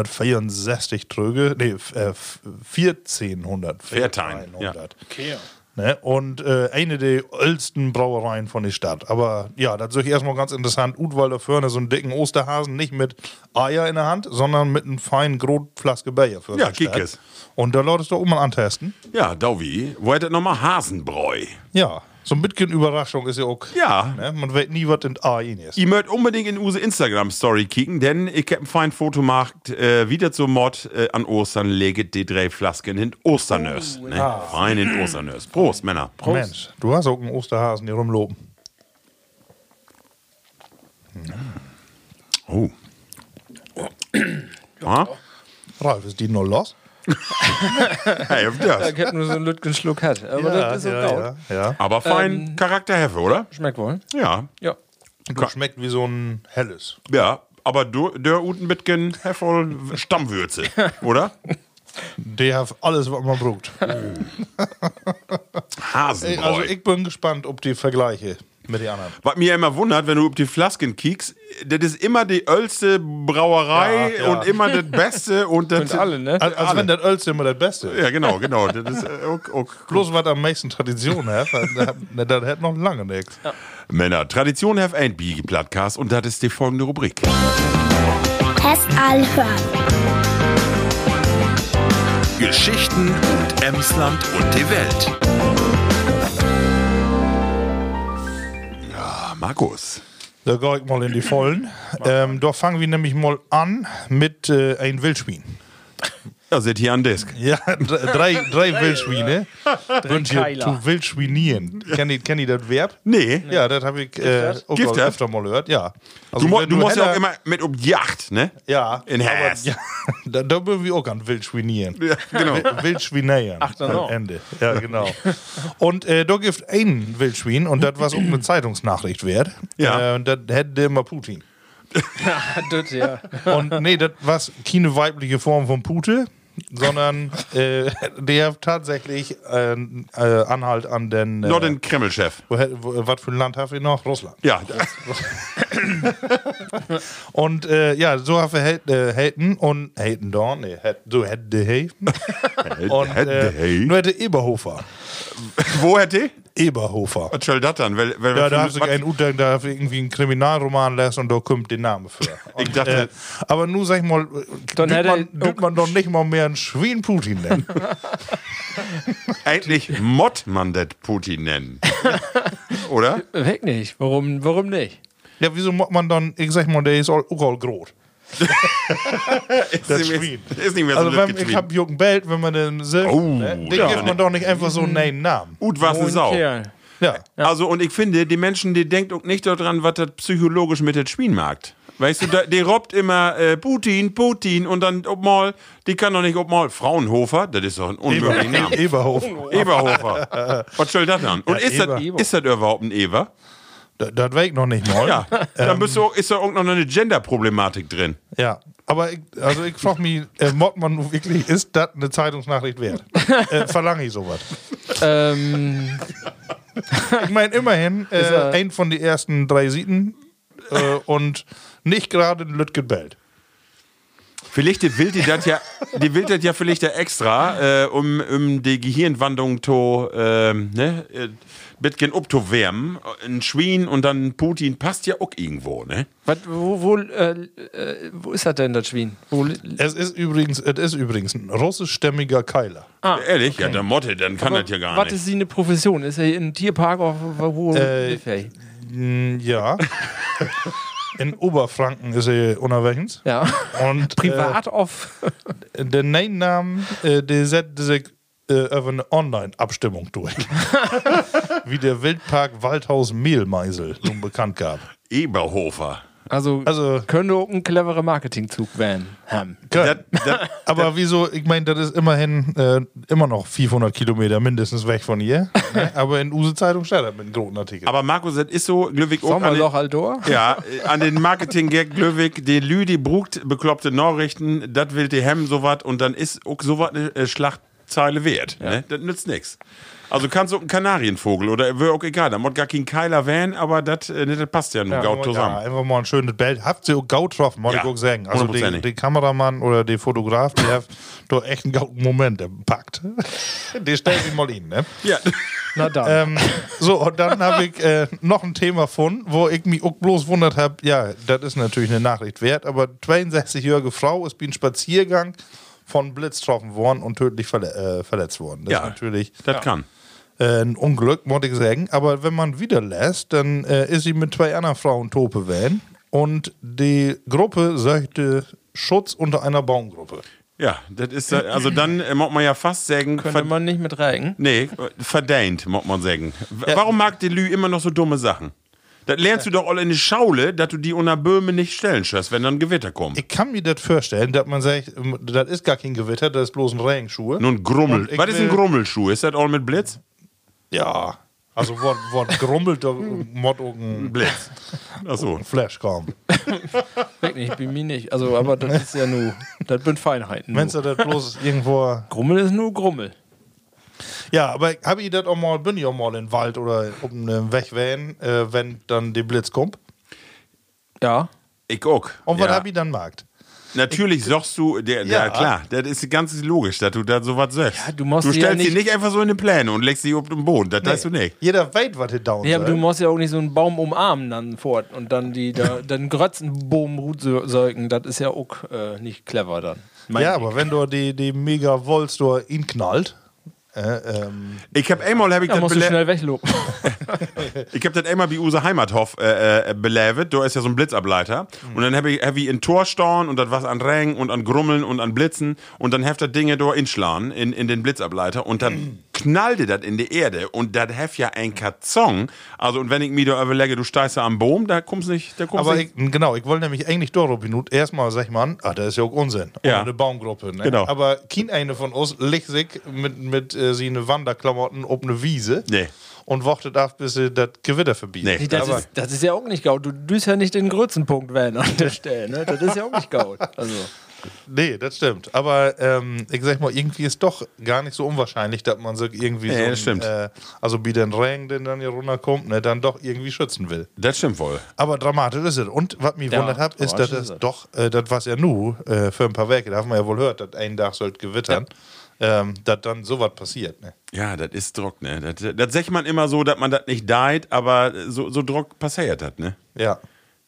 S3: 464 Tröge, nee, f- äh, f- 1400.
S2: Viertein, ja.
S3: 100. Ne? Und äh, eine der ältesten Brauereien von der Stadt. Aber ja, das ist erstmal ganz interessant. Udwalder Förne, so einen dicken Osterhasen, nicht mit Eier in der Hand, sondern mit einem feinen Grotflaske Bayer für
S2: Ja,
S3: die Stadt.
S2: kick es.
S3: Und da lautet es doch mal antesten.
S2: ja, Dauvi, wo hättet nochmal Hasenbräu?
S3: Ja, so ein bisschen Überraschung ist ja auch.
S2: Ja.
S3: Ne? Man weiß nie, was in Ei ist.
S2: Ihr mögt unbedingt in unsere Instagram-Story kicken, denn ich hab ein fein Foto gemacht, äh, wieder zur Mod äh, an Ostern leget die drei Flasken in Osternös. ne? Fein in Osternös. Prost, Männer.
S3: Mensch, du hast auch einen Osterhasen hier rumloben.
S2: Oh. Ah,
S3: Ralf, ist die noch los?
S2: hey, das.
S4: <laughs> Ich hätte nur so einen lütgen Schluck hat. Aber das ist auch
S3: ja,
S4: gut.
S3: ja, ja.
S2: Aber fein Charakterhefe, oder?
S4: Schmeckt wohl.
S2: Ja,
S4: Ja.
S3: Du schmeckt wie so ein helles.
S2: ja. Aber du, der Utenbitgen, Herr voll
S3: <laughs>
S2: Stammwürze, oder?
S3: <laughs> Der hat alles, was man braucht.
S2: Hasenbräu.
S3: Also ich bin gespannt, ob die Vergleiche mit den anderen.
S2: Was mir immer wundert, wenn du auf die Flasken kiekst, das ist immer die ölste Brauerei
S3: Ja, ja.
S2: und immer das Beste
S3: <laughs>
S2: und das.
S4: Und alle, ne?
S3: Als, als Also, wenn das Ölste immer das Beste ist.
S2: Ja, genau, genau. Das ist, äh, ok, ok.
S3: Bloß was am meisten Tradition hat, <laughs> dann- dann hätte noch lange nichts.
S2: Männer, Tradition have ain't be Podcast und das ist die folgende Rubrik.
S8: Test Alpha.
S9: Geschichten und Emsland und die Welt.
S2: Ah, Markus.
S3: Da gehe ich mal in die Vollen. Ähm, da fangen wir nämlich mal an mit äh, ein Wildschwein.
S2: Ja, seht hier an Disk.
S3: Ja, dr- drei,
S4: <laughs>
S3: drei Wildschweine. Wünsche
S4: Keiler.
S3: zu Wildschweinieren. Kennt ihr, kennt ihr das Verb?
S2: Nee.
S3: Ja, das habe ich äh, auch
S2: Gibt
S3: glaub ich,
S2: das?
S3: öfter mal gehört. Ja. Also,
S2: Du, mo-
S3: wenn
S2: du musst ja
S3: Henna-
S2: auch immer mit um die Yacht, ne?
S3: Ja,
S2: In
S3: aber-
S2: Häs.
S3: ja, <laughs> da, da würden wir auch an Wildschweinieren.
S2: Ja, genau.
S3: Wi- Wildschweineiern. Ach,
S4: dann auch.
S3: Ende. Ja, genau. Und äh, da gibt einen Wildschwein und das war auch eine Zeitungsnachricht wert.
S2: Ja.
S3: Äh, und das hätte immer Putin.
S4: das, ja.
S3: Und nee, das war keine weibliche Form von Pute, sondern äh, der tatsächlich äh, äh, Anhalt an den. Äh,
S2: Not den Kreml-Chef.
S3: wo, wo, was für ein Land haben wir noch? Russland.
S2: Ja,
S3: Und äh, ja, so haben wir Hel- äh, Helten und Helten Dorn, nee, Hel- so hätte hey. Und
S2: hätte,
S3: äh,
S2: hey.
S3: nur hätte Eberhofer.
S2: wo hätte ich?
S3: Eberhofer.
S2: Was soll das dann? Weil, weil,
S3: Ja, da hast du
S2: was-
S3: einen Utang, da hast du irgendwie einen Kriminalroman lässt und da kommt der Name für.
S2: <laughs>
S3: Und, äh,
S2: Ich dachte-
S3: aber nur sag ich mal, dann
S4: Dann hätte- Oh,
S3: man, dürft man doch nicht mal mehr einen Schweden Putin
S4: <laughs>
S3: nennen.
S2: Eigentlich Mott man das Putin
S3: <laughs>
S2: nennen. Oder?
S4: Weg nicht. Warum, warum nicht?
S3: ja, wieso macht man dann, ich sag mal, der ist all, auch all
S2: Also
S3: groß.
S2: Ist
S3: Schwein.
S2: nicht mehr- Ist nicht mehr so
S3: Also,
S2: also,
S3: wenn, ich hab Jürgen Belt, wenn man den Silk,
S2: Oh,
S3: ne, den
S2: ja.
S3: gibt man doch nicht einfach so einen Namen.
S2: Gut, was eine
S4: Hohen
S2: Sau.
S4: Kerl.
S3: Ja.
S2: Also, und ich finde, die Menschen, die denken auch nicht daran, was das psychologisch mit das Schwein macht. Weißt du, da, die robbt immer äh, Putin, Putin und dann ob mal, die kann doch nicht ob mal Fraunhofer, das ist doch ein
S3: Eber,
S2: unmöglicher Name.
S3: Eberhofer.
S2: Oh. Eberhofer. Was soll das dann? Und
S3: Ja,
S2: ist, das,
S3: Eber.
S2: ist das überhaupt ein Eber?
S3: Da- Das weiß ich noch nicht mal. <laughs>
S2: Ja. Dann
S3: Ähm.
S2: bist du, ist da auch noch eine Gender-Problematik drin.
S3: Ja. Aber ich, also ich frage mich, äh, mobbt man nun wirklich, ist das eine Zeitungsnachricht
S4: <laughs>
S3: wert? äh, verlange ich sowas?
S4: Ähm,
S3: Ich meine, immerhin, äh,
S4: er-
S3: ein von den ersten drei Sieten äh, und nicht gerade in Lütgen Belt.
S2: Vielleicht die will die das ja, die will das ja vielleicht ja extra, äh, um, um die Gehirnwandlung to, ähm, ne, äh, bisschen abzuwärmen. Ein Schwein und dann Putin passt ja auch irgendwo, ne?
S4: wat, wo, wo, äh, äh, wo ist das denn, das Schwein? Wo,
S3: Es ist übrigens, es ist übrigens ein russischstämmiger Keiler.
S2: Ehrlich, ja, der Motte, dann kann das ja gar
S4: Ah, was
S2: nicht.
S4: ist sie eine Profession? Ist er hier in Tierpark auf wo
S3: Äh,
S4: lebt er?
S3: Mm,
S4: <laughs>
S3: ja. in Oberfranken ist er unterwegs.
S4: Ja.
S2: äh,
S3: Und
S4: Privat auf.
S3: äh, der Neinnamen, äh, der setzt sich äh, auf eine Online-Abstimmung durch.
S2: <laughs>
S3: Wie der Wildpark Waldhaus Mehlmeisel nun bekannt gab.
S2: Eberhofer.
S4: Also,
S3: Also-
S4: könnte auch ein cleverer Marketingzug werden. Ham.
S2: Das, das,
S3: Aber wieso, ich meine, das ist immerhin äh, immer noch 500 Kilometer mindestens weg von hier.
S2: <laughs>
S3: ne? Aber in Use Zeitung steht das mit einem großen Artikel.
S2: aber Markus, das ist so glücklich auch an den-
S4: Sommerloch Aldor?
S2: Oh, Ja, äh, an den Marketing-Gag Glöwig, die Lü, die brugt bekloppte Nachrichten, das will die Hemm sowas und dann ist auch sowas eine äh, Schlachtzeile wert. Ne? Das nützt nix. Also kannst du auch einen Kanarienvogel oder wär auch egal, da muss gar kein Keiler wählen, aber das äh, ne, das passt ja nun gaut
S3: ja,
S2: zusammen.
S3: einfach mal ein schönes Bild. Habt ihr auch Gaut getroffen, muss
S2: Ja,
S3: ich auch sagen. Also den,
S2: hundertprozentig.
S3: den Kameramann oder den Fotograf, der hat doch echt einen gauten
S2: <laughs>
S3: Moment gepackt. den stellt sich mal hin, ne?
S2: Ja. <laughs>
S4: Na dann.
S2: Äh,
S3: Ähm, so, und dann habe ich äh, noch ein Thema von, wo ich mich auch bloß wundert habe, ja, das ist natürlich eine Nachricht wert, aber 62-jährige Frau ist bei einem Spaziergang von Blitz getroffen worden und tödlich verle äh, verletzt worden. Das
S2: Ja.
S3: ist natürlich
S2: Das kann.
S3: äh, ein Unglück, muss ich sagen. Aber wenn man wieder lässt, dann äh, ist sie mit zwei anderen Frauen tope werden und die Gruppe sagte Schutz unter einer Baumgruppe.
S2: Ja, das ist, äh, also dann äh, muss man ja fast sagen,
S4: könnte
S2: ver
S4: man nicht mit reiken.
S2: nee, äh, verdient, muss man sagen. W- Warum mag die Lü immer noch so dumme Sachen? Das lernst du doch alle in die Schaule, dass du die unter Böhme nicht stellen schaffst, wenn dann Gewitter kommt.
S3: Ich kann mir das vorstellen, dass man sagt, ähm, das ist gar kein Gewitter, das ist bloß ein Regenschuh.
S2: Nun Grummel.
S3: Und ich
S2: Was ist ein
S3: will-
S2: Grummelschuh? Ist das all mit Blitz?
S3: Ja. Also Wort, Wort grummelt der Mottogen
S2: Blitz. Achso.
S3: Flash kommen.
S4: Weg nicht, bei mir nicht. Also, aber das ist ja nur, das sind Feinheiten.
S3: Wenn
S4: Nur.
S3: du das bloß irgendwo.
S4: Grummel ist nur Grummel.
S3: Ja, aber hab ich das auch mal, bin ich auch mal in den Wald oder um den Weg wählen, äh, wenn dann der Blitz kommt.
S4: Ja.
S2: Ich auch.
S3: Und was
S2: ja.
S3: hab ich dann markt?
S2: Natürlich sagst du, der, der,
S3: Ja.
S2: klar, das ist ganz logisch, dass du da sowas sagst.
S4: Ja, du musst sie ja
S2: stellst dich
S4: nicht-
S2: nicht einfach so in den Pläne und legst sie auf den Boden, das weißt du nicht.
S3: Jeder weiß, was hier down
S4: Nee, aber
S3: soll.
S4: du musst ja auch nicht so einen Baum umarmen dann fort und dann
S2: <laughs>
S4: die da, dann Grötzenboom säugen, das ist ja auch äh, nicht clever dann. Mein
S3: ja, aber wenn du die, die mega wollst, du ihn knallt. Äh, ähm,
S2: Ich hab einmal, hab ich
S4: da
S2: das
S4: musst du
S2: belä-
S4: schnell wegloben. <laughs>
S2: Ich hab das einmal bei Use Heimathof äh, äh, belävet. Da ist ja so ein Blitzableiter. Und dann hab ich, hab ich in Tor stauen und das was an Rängen und an Grummeln und an Blitzen. Und dann heft das Dinge da inschlagen in, in den Blitzableiter. Und dann knallte das in die Erde. Und das heft ja ein Katzong. Also, und wenn ich mir da überlege, du steigst da am Boom, da kommst nicht, da kommst
S3: aber
S2: nicht.
S3: ich, genau, ich wollte nämlich eigentlich Doro Minut erstmal sag ich mal, ah, das ist ja auch Unsinn. Oder
S2: Ja.
S3: eine Baumgruppe. Ne?
S2: Genau.
S3: Aber kein eine von uns legt sich mit, mit äh, sie eine Wanderklamotten auf eine Wiese
S2: Nee.
S3: und wartet ab, bis sie das Gewitter verbietet.
S2: Nee.
S4: Das
S3: Aber-
S4: ist, das ist ja auch nicht gaut. Du düst ja nicht den Grötzenpunkt wählen an der Stelle. Ne? Das ist ja auch nicht gaut. Also,
S3: Nee, das stimmt. Aber ähm, ich sag mal, irgendwie ist doch gar nicht so unwahrscheinlich, dass man so irgendwie
S2: Ja,
S3: so.
S2: das stimmt.
S3: Äh, also wie den Regen, den dann hier runterkommt, ne, dann doch irgendwie schützen will.
S2: Das stimmt wohl.
S3: Aber dramatisch ist es. Und was mich
S4: Ja,
S3: wundert hat, ist, dass
S4: dramatisch
S3: das
S4: ist es.
S3: doch, äh, das was ja nu äh, für ein paar Werke, da haben wir ja wohl gehört, dass ein Tag sollt gewittern, ähm, dass dann sowas passiert. Ne?
S2: Ja, das ist Druck, ne? Das, das- das sagt man immer so, dass man das nicht deit, aber so, so Druck passiert das, ne?
S3: Ja.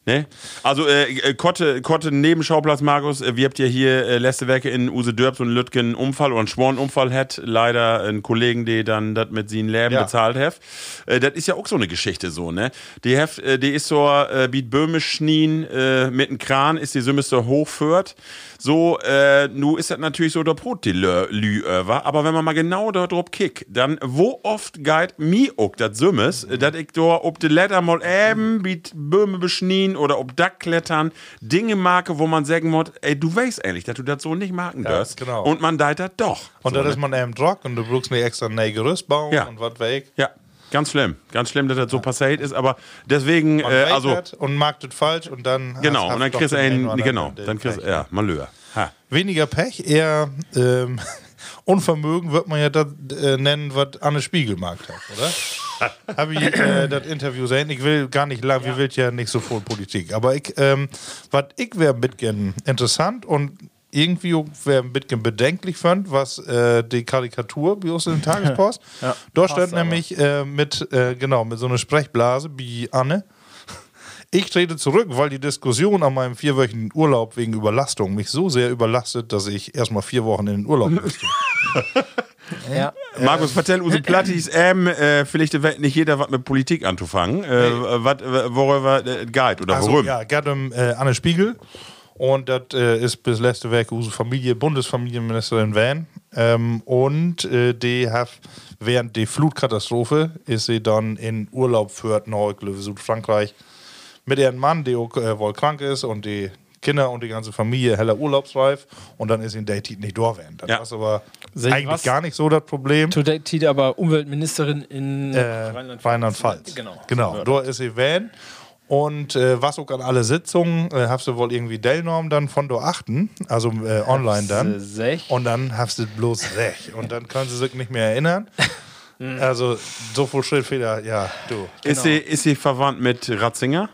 S2: Ne? Also, äh, äh, Kotte, Kotte neben Schauplatz, Markus, äh, wir habt ja hier äh, letzte Werke in Use Dörbs und Lütgen einen Unfall oder einen schworen Unfall hat. Leider einen Kollegen, die dann das mit seinen Leben
S3: Ja.
S2: bezahlt hat. Äh, das ist ja auch so eine Geschichte, so, ne? Die, heft, äh, die ist so, äh, biet Böhmisch schnien, äh, mit einem Kran ist die Sümmister hochführt. So, äh, nu ist das natürlich so der Brot, die Lö- Lü över. Aber wenn man mal genau da drauf kickt, dann wo oft geht mi ook dat Sümmes, äh, dat ich do ob de Letter mal eben biet Böhme beschnien oder ob Dack klettern, Dinge marke, wo man sagen muss, ey, du weißt eigentlich, dass du das so nicht marken
S3: Ja,
S2: darfst.
S3: genau.
S2: Und man deit dat doch.
S3: Und
S2: so, ne?
S3: dann ist man eben Druck und du brauchst nicht extra ein neues Gerüst bauen
S2: Ja.
S3: und was weg.
S2: ja, ganz schlimm. Ganz schlimm, dass das so passiert ist, aber deswegen,
S3: Man
S2: äh, also,
S3: weigert und mag das falsch und dann.
S2: genau,
S3: hast-
S2: und dann
S3: hast doch
S2: kriegst du
S3: den
S2: einen,
S3: oder anderen,
S2: genau,
S3: den
S2: dann kriegst du,
S3: Pech.
S2: ja, Malheur. Ha.
S3: weniger Pech, eher ähm, <laughs> Unvermögen wird man ja das äh, nennen, was Anne Spiegel gemacht hat, oder? Habe ich äh, das Interview sehen. Ich will gar nicht lang, wir will ja nicht so voll Politik. Aber ich, ähm, was ich wäre ein bisschen interessant und irgendwie wäre ein bisschen bedenklich fand, was äh, die Karikatur bei uns in der Tagespost. Dort stand nämlich äh, mit, äh, genau, mit so einer Sprechblase wie Anne. Ich trete zurück, weil die Diskussion an meinem vierwöchigen Urlaub wegen Überlastung mich so sehr überlastet, dass ich erstmal vier Wochen in den Urlaub müsste.
S4: ja.
S3: Äh,
S2: Markus, vertell uns
S3: <laughs>
S2: Plattis, ähm, äh, vielleicht weiß nicht jeder was mit Politik anzufangen. Äh, wat, äh, worüber äh, geht oder
S3: Also,
S2: worum?
S3: ja, gerade um äh, Anne Spiegel. Und das äh, ist bis letzte Woche unsere Familie, Bundesfamilienministerin Van. Ähm, und äh, die hat während der Flutkatastrophe ist sie dann in Urlaub für Norwegen, Südfrankreich mit ihrem Mann, der auch, äh, wohl krank ist und die Kinder und die ganze Familie heller urlaubsreif. Und dann ist sie in der Tiet nicht durchwählen. Das
S2: Ja.
S3: ist aber
S4: Sehe ich
S3: eigentlich
S4: was?
S3: gar nicht so das Problem.
S4: Today Tiet aber Umweltministerin in
S3: Äh, Rheinland-Pfalz.
S4: Genau.
S3: Genau. Dort ist sie Van. Und äh, was auch an alle Sitzungen, äh, hast du wohl irgendwie Dellnorm dann von do achten, also äh, online dann.
S4: Hab's, äh, sech.
S3: Und dann hast du bloß sech. Und dann kannst du sich nicht mehr
S4: <laughs>
S3: erinnern. also so viel Schrittfehler, ja, du.
S2: Ist, sie, ist sie verwandt mit Ratzinger?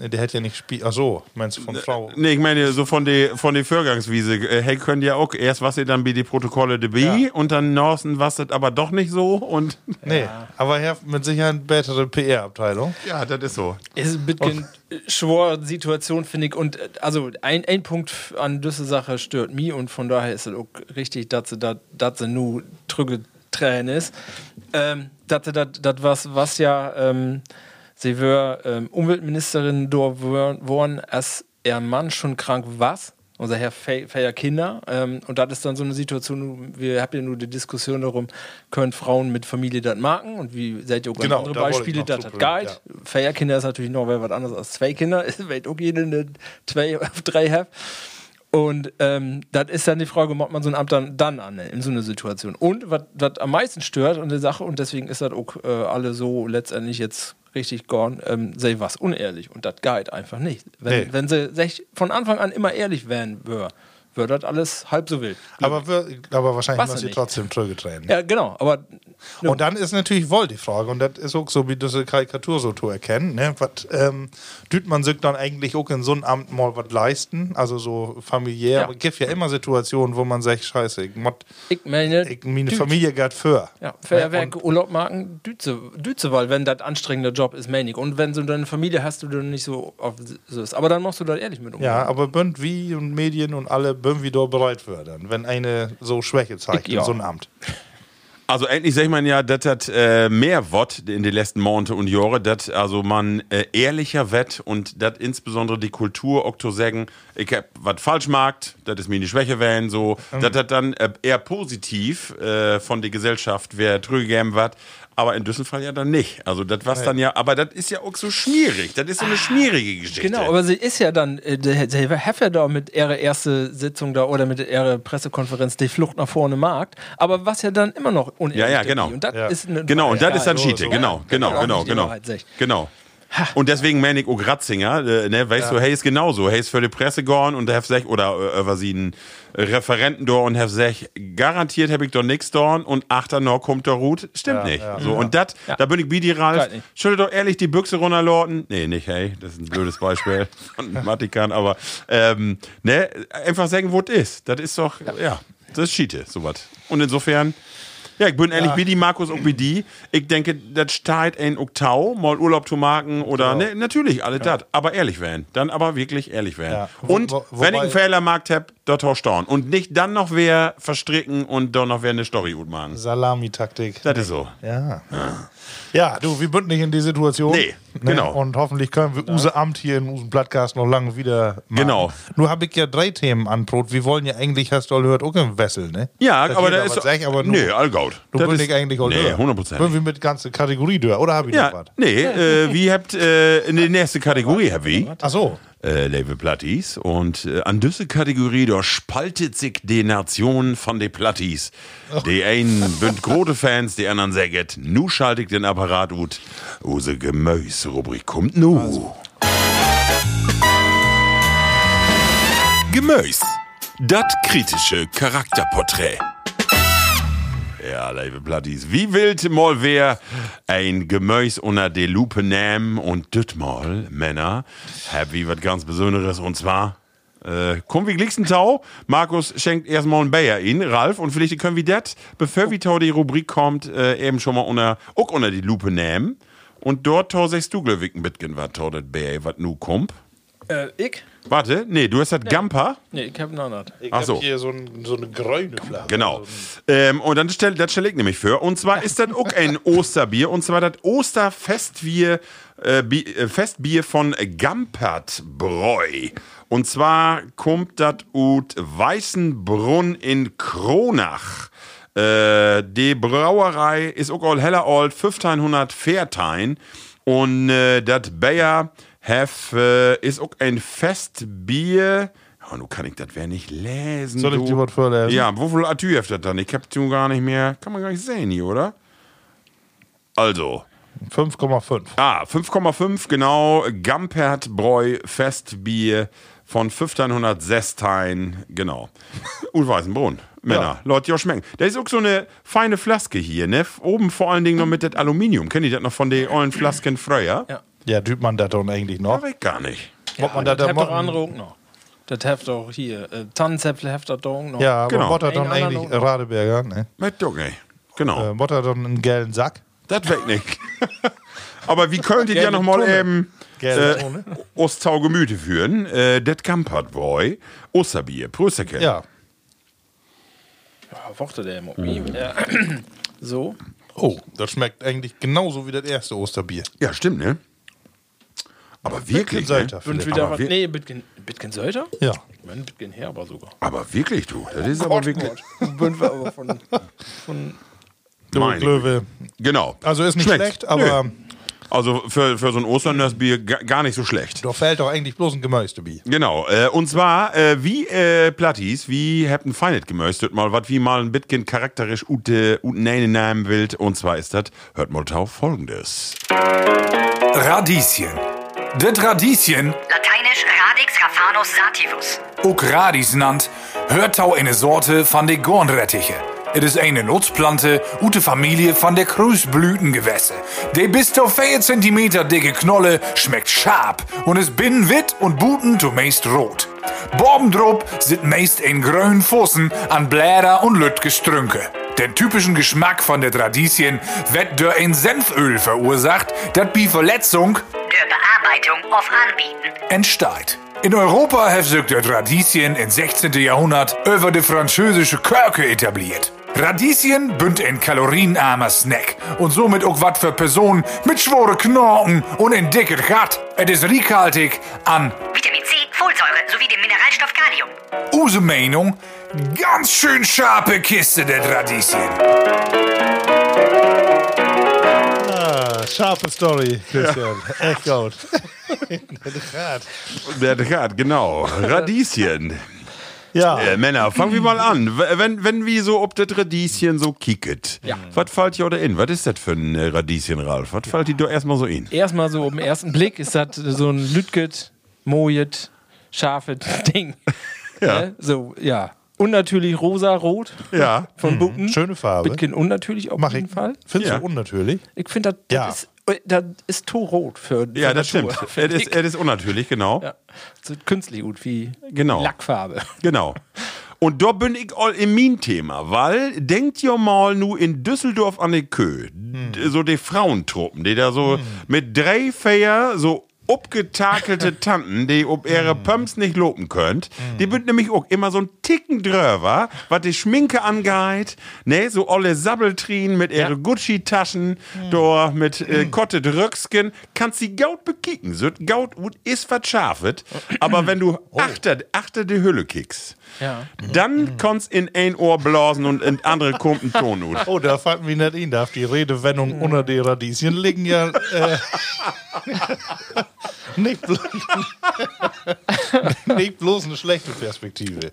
S3: Nee, Der hätte ja nicht spielt. Ach so, meinst du von Frau?
S2: Nee, ich meine, so von der von die Vorgangswiese. Äh, Hey, könnt ihr auch erst was ihr dann wie die Protokolle de B und dann Norsen was das aber doch nicht so und.
S3: Nee, aber er hat mit Sicherheit eine bessere PR-Abteilung.
S2: Ja, das ist so.
S4: Ist ein bisschen schwor Situation, finde ich. Und äh, also ein, ein Punkt f- an diese Sache stört mich und von daher ist es auch richtig, dass sie dat- dass sie nu trüge Tränen ist. Ähm, dass sie das, das was, was ja ähm, sie wär ähm, Umweltministerin dort worden, als ihr Mann schon krank was. Unser Herr Feier Kinder. Ähm, und das ist dann so eine Situation, wir habt ja nur die Diskussion darum, können Frauen mit Familie das marken? Und wie seid ihr auch
S3: Genau,
S4: genau, andere
S3: da wollte ich
S4: Beispiele,
S3: noch
S4: das
S3: zu
S4: hat
S3: bringen,
S4: Guide. Vier Kinder ist natürlich noch was anderes als zwei Kinder. <laughs> Ich weiß auch jede eine zwei <laughs> oder drei hat. Und ähm, das ist dann die Frage, macht man so ein Amt dann, dann an in so einer Situation. Und was was am meisten stört an der Sache, und deswegen ist das auch äh, alle so letztendlich jetzt richtig gone, ähm, sei was unehrlich. Und das geht einfach nicht. Wenn,
S3: Nee.
S4: wenn sie sech, von Anfang an immer ehrlich wären, wär, wird das alles halb so wild.
S3: Aber, wir, aber wahrscheinlich
S4: Weiß
S3: hast
S4: man
S3: du
S4: nicht.
S3: trotzdem Tröge tränen.
S4: Ja, genau, aber Ja.
S3: Und dann ist natürlich wohl die Frage, und das ist auch so, wie diese Karikatur so zu erkennen, ne? was ähm, tut man sich dann eigentlich auch in so einem Amt mal was leisten, also so familiär,
S4: Ja.
S3: aber es gibt ja immer Situationen, wo man sagt, scheiße, ich, mott,
S4: ich meine,
S3: ich meine
S4: Düt.
S3: Familie geht für. Ne?
S4: Ja, Feuerwerk, Urlaub machen, Dütze, Dütze, weil wenn das anstrengender Job ist, meine ich. Und wenn so deine Familie hast, du dann nicht so auf so ist. Aber dann machst du da ehrlich mit um. umgehen.
S3: Ja, aber Bünd wie und Medien und alle Bünd wie da bereit würden, wenn eine so Schwäche zeigt
S4: Ich-
S3: in
S4: ja.
S3: so einem Amt.
S2: Also endlich sagt man ja, dass das äh, mehr wird in den letzten Monaten und Jahren, dass also man äh, ehrlicher wird und dass insbesondere die Kultur auch zu sagen, ich hab was falsch gemacht, das ist mir die Schwäche wählen, so,
S4: Mhm.
S2: dass das dann äh, eher positiv äh, von der Gesellschaft wer drüben wird, aber in Düsseldorf ja dann nicht. Also das war's dann ja, aber das ist ja auch so schmierig, das ist so eine schmierige Geschichte.
S4: Ah. Genau, aber sie ist ja dann, äh, der- sie hat ja da mit ihrer ersten Sitzung da oder mit ihrer Pressekonferenz die Flucht nach vorne Markt, aber was ja dann immer noch unehrlich
S2: Ja, ja,
S4: ist.
S2: genau.
S4: Und das
S3: Ja.
S4: ist eine-
S2: Genau, und
S4: Ja,
S2: das ist dann
S3: so,
S2: Cheating.
S3: so.
S2: Genau,
S4: Ja,
S2: genau,
S4: genau,
S2: genau,
S4: die
S2: genau.
S4: Wahrheit sagt.
S2: genau. Und deswegen meine ich auch Ratzinger, äh, ne, weißt du, hey, ist genauso. Hey, ist für die Presse gone und hab sech, oder äh, was sie einen Referenten da und hab sech, garantiert hab ich doch nix dorn und achter noch kommt der Ruth. Stimmt nicht. so, und das, da bin ich bidiral.
S4: Geht nicht.
S2: Schüttet doch ehrlich die Büchse runterlorten. Nee, nicht, hey, das ist ein blödes Beispiel <laughs> von Matikan, aber, ähm, ne, einfach sagen, wo es ist. Das ist doch, ja, das ist Cheate, sowas. Und insofern, ja, ich bin ehrlich, wie die Markus und wie die. Ich denke, das steht ein Oktau, mal Urlaub zu machen oder ne, natürlich, alle das. Aber ehrlich werden. Dann aber wirklich ehrlich werden.
S3: Ja. Wo-
S2: Und
S3: wo-
S2: wenn ich
S3: wobei-
S2: einen Fehler gemacht hab, dort hausstauen. Und nicht dann noch wer verstricken und dann noch wer eine Story gut machen.
S3: Salamitaktik.
S2: Das ist so.
S3: Ja. Ah. Ja, du, wir bünden nicht in die Situation. Ne?
S2: Nee, genau.
S3: Und hoffentlich können wir unser Amt hier in unserem Podcast noch lange wieder machen.
S2: Genau.
S3: Nur habe ich ja drei Themen anbrot. Wir wollen ja eigentlich, hast du all gehört, auch im Wessel, ne?
S2: Ja,
S3: Dass
S2: aber
S3: jeder
S2: da
S3: was
S2: ist.
S3: Sagt, aber
S2: nee,
S3: nur,
S2: allgaut.
S3: du
S2: Das
S3: bist
S2: ist-
S3: nicht eigentlich all
S2: Nee,
S3: gehört.
S2: 100 Prozent.
S3: Würden wir mit ganze Kategorie durch, oder habe ich noch
S2: Ja,
S3: was?
S2: nee, äh, wie habt äh, in die nächste Kategorie, Herr Wie?
S3: Ach so.
S2: äh, Label Platties. Und äh, an diese Kategorie, da spaltet sich die Nation von den Platties. Die einen sind große Fans, die anderen sagen, nu schalte ich den Apparat ut. Use Gemüse-Rubrik kommt nu.
S9: Gemüse. Das kritische Charakterporträt.
S2: Ja, liebe Platties, wie wild mal wer ein Gemüse unter die Lupe nehmen und das mal, Männer, hab wie was ganz Besonderes und zwar. Äh, komm wie glicksen Tau. Markus schenkt erstmal ein Bayer in, Ralf. Und vielleicht können wir das, bevor wie Tau die Rubrik kommt, äh, eben schon mal unter, auch unter die Lupe nehmen. Und dort Tau sechs du glöwig ein bisschen, was Tau das Bayer, was nu kommt.
S4: Äh, ich?
S2: Warte, nee, du hast das Gamper.
S4: Nee, ich hab einen anderen.
S3: Ich
S2: Ach so.
S3: hab hier so, ein, so eine grüne Flagge.
S2: Genau. Ähm, und dann stelle das stelle ich nämlich für. Und zwar ist das auch ein Osterbier. Und zwar das Osterfestbier äh, Bi- äh, Festbier von Gampertbräu. Und zwar kommt das ut Weißenbrunn in Kronach. Äh, die Brauerei ist auch all heller old, 1500 Fairtein. Und äh, das Bayer have, äh, ist auch ein Festbier. Oh, nun kann ich das wer nicht lesen.
S3: Soll ich
S2: du.
S3: die Wort vorlesen?
S2: Ja, wofür hat du das dann? Ich hab du gar nicht mehr. Kann man gar nicht sehen hier, oder? Also,
S3: 5,5.
S2: Ah, 5,5, genau. Gampert Bräu Festbier von 1500 Sestein, genau. Und Weißenbrunn. Männer, Leute, ja schmecken. Da ist auch so eine feine Flaske hier, ne? Oben vor allen Dingen noch mit das Aluminium. Kennt ihr das noch von den ollen Flasken Freuer?
S4: Ja.
S3: Ja, tut man das dann eigentlich noch?
S2: Aber ich gar nicht.
S3: Ob man das
S4: das
S3: dann
S4: heft doch
S3: machen?
S4: andere auch noch. Das heft auch hier. Äh, Tannenzäpfle heft das doch auch noch.
S3: Ja, aber
S2: Genau.
S3: genau. Rotterdam
S4: Einen anderen
S3: eigentlich
S4: noch.
S3: Radeberger, ne?
S2: Mit Junge. Genau.
S3: Äh, Rotterdam einen gelben Sack.
S2: Das weg nicht. <laughs> Aber wie könntet ihr
S4: Gelbe
S2: nochmal
S4: Tonne.
S2: eben
S3: Gelbe
S2: äh,
S3: Tonne.
S2: Ostau Gemüte führen? Äh, das Gampert Bräu, Osterbier, Prösterken.
S3: Ja.
S4: Ja, Worte der Mo-
S2: Mhm.
S4: Ja. <clears throat> So.
S3: Oh, das schmeckt eigentlich genauso wie das erste Osterbier.
S2: Ja, stimmt, ne? Aber wirklich, ne?
S3: Bitgenseiter
S4: Und
S3: vielleicht.
S4: wieder
S2: Aber
S4: was.
S2: wir-
S4: Nee, Bitgen, Bitgen Söder?
S3: Ja.
S4: Ich meine, Bitgen Herber sogar.
S2: Aber wirklich, du. Das ist aber wirklich.
S4: Bünden wir aber von, von
S3: Du
S2: Meine
S3: Glöwe.
S2: Genau.
S3: Also ist nicht
S2: Schmeckt's.
S3: schlecht, aber
S2: Nö. Also für, für so ein Osternörsbier ga- gar nicht so schlecht.
S3: doch fällt doch eigentlich bloß ein Gemüsebier.
S2: Genau. Äh, und zwar, äh, wie äh, Plattis, wie habt ein Feinet gemöstet mal, was wie mal ein Bitkin charakterisch ute ute Nähne nehmen wild. Und zwar ist das, hört mal tau folgendes.
S9: Radieschen. Das Radieschen,
S10: Lateinisch radix Raphanus sativus.
S9: ook Radis nannt,
S10: Hört au eine Sorte van de Gornrettiche. Het is een Nutzplante uit de Familie van de Kruisblütengewässer. De bis zu 4 cm dicke Knolle schmeckt scharf und ist binnen wit und buten meist rot. Bobendrop sit meist in grünen Fossen an Bläder und Lütgestrünke. Den typischen Geschmack von der Radieschen wird durch ein Senföl verursacht, das bei Verletzung
S11: der Bearbeitung auf Anbieten.
S10: entsteht. In Europa hat sich das Radieschen im 16. Jahrhundert über die französische Kirche etabliert. Radieschen bünd ein kalorienarmer Snack und somit auch was für Personen mit schwore Knorken und ein dicker Gatt. Es ist reichhaltig an
S11: Vitamin C, Folsäure sowie dem Mineralstoff Kalium.
S10: Use Meinung, ganz schön scharfe Kiste der Radieschen.
S3: Ah, scharfe Story, Christian. Echt gut.
S2: Der Draht, genau. Radieschen.
S3: Ja.
S2: Äh, Männer, fangen wir mal an. W- Wenn, wenn wir so ob das Radieschen so kicket, was fällt dir oder in? Was ist das für ein äh, Radieschen, Ralf? Was fällt dir doch erstmal so in?
S4: Erstmal so auf den ersten Blick ist das so ein Lütget, Mojet, scharfes Ding.
S2: Ja.
S4: Ne? So, ja. Unnatürlich rosa-rot
S2: Ja.
S4: von Bucken.
S3: Mhm. Schöne Farbe.
S4: Bitkin unnatürlich auf
S3: Mach
S4: jeden
S3: ich.
S4: Fall.
S3: Findest
S2: Ja.
S3: du unnatürlich?
S4: Ich finde, das
S3: Ja.
S4: das ist, äh, das ist to rot für für
S2: Ja, das
S4: Natur,
S2: stimmt. Es
S4: find
S2: ist,
S4: ich.
S2: es ist unnatürlich, genau.
S4: <laughs> Ja. So künstlich gut, wie
S2: Genau.
S4: Lackfarbe.
S2: Genau. Und da bin ich all in mein Thema, weil denkt ihr mal nur in Düsseldorf an die Kö, d- so die Frauentruppen, die da so mit drei Feier so abgetakelte Tanten, die ob ihre Pumps nicht loben könnt, die bünd nämlich auch immer so ein Ticken dröver, was die Schminke angeht, ne, so alle Sabbeltrien mit ihre Gucci-Taschen,
S3: Mhm.
S2: da mit äh, Kottet Röcksken, kannst sie gaut bekicken, so gaut gut ist was scharfet, aber wenn du achter, achter die Hülle kickst,
S4: Ja.
S3: Mhm.
S2: dann kannst in ein Ohr blasen und in andere kommt ein Ton
S3: <laughs>
S2: ut.
S3: Oh, da fanden wir nicht ihn. Da die Redewendung unter die Radieschen liegen ja. Äh, <laughs> nicht, blo <laughs> nicht bloß eine schlechte Perspektive.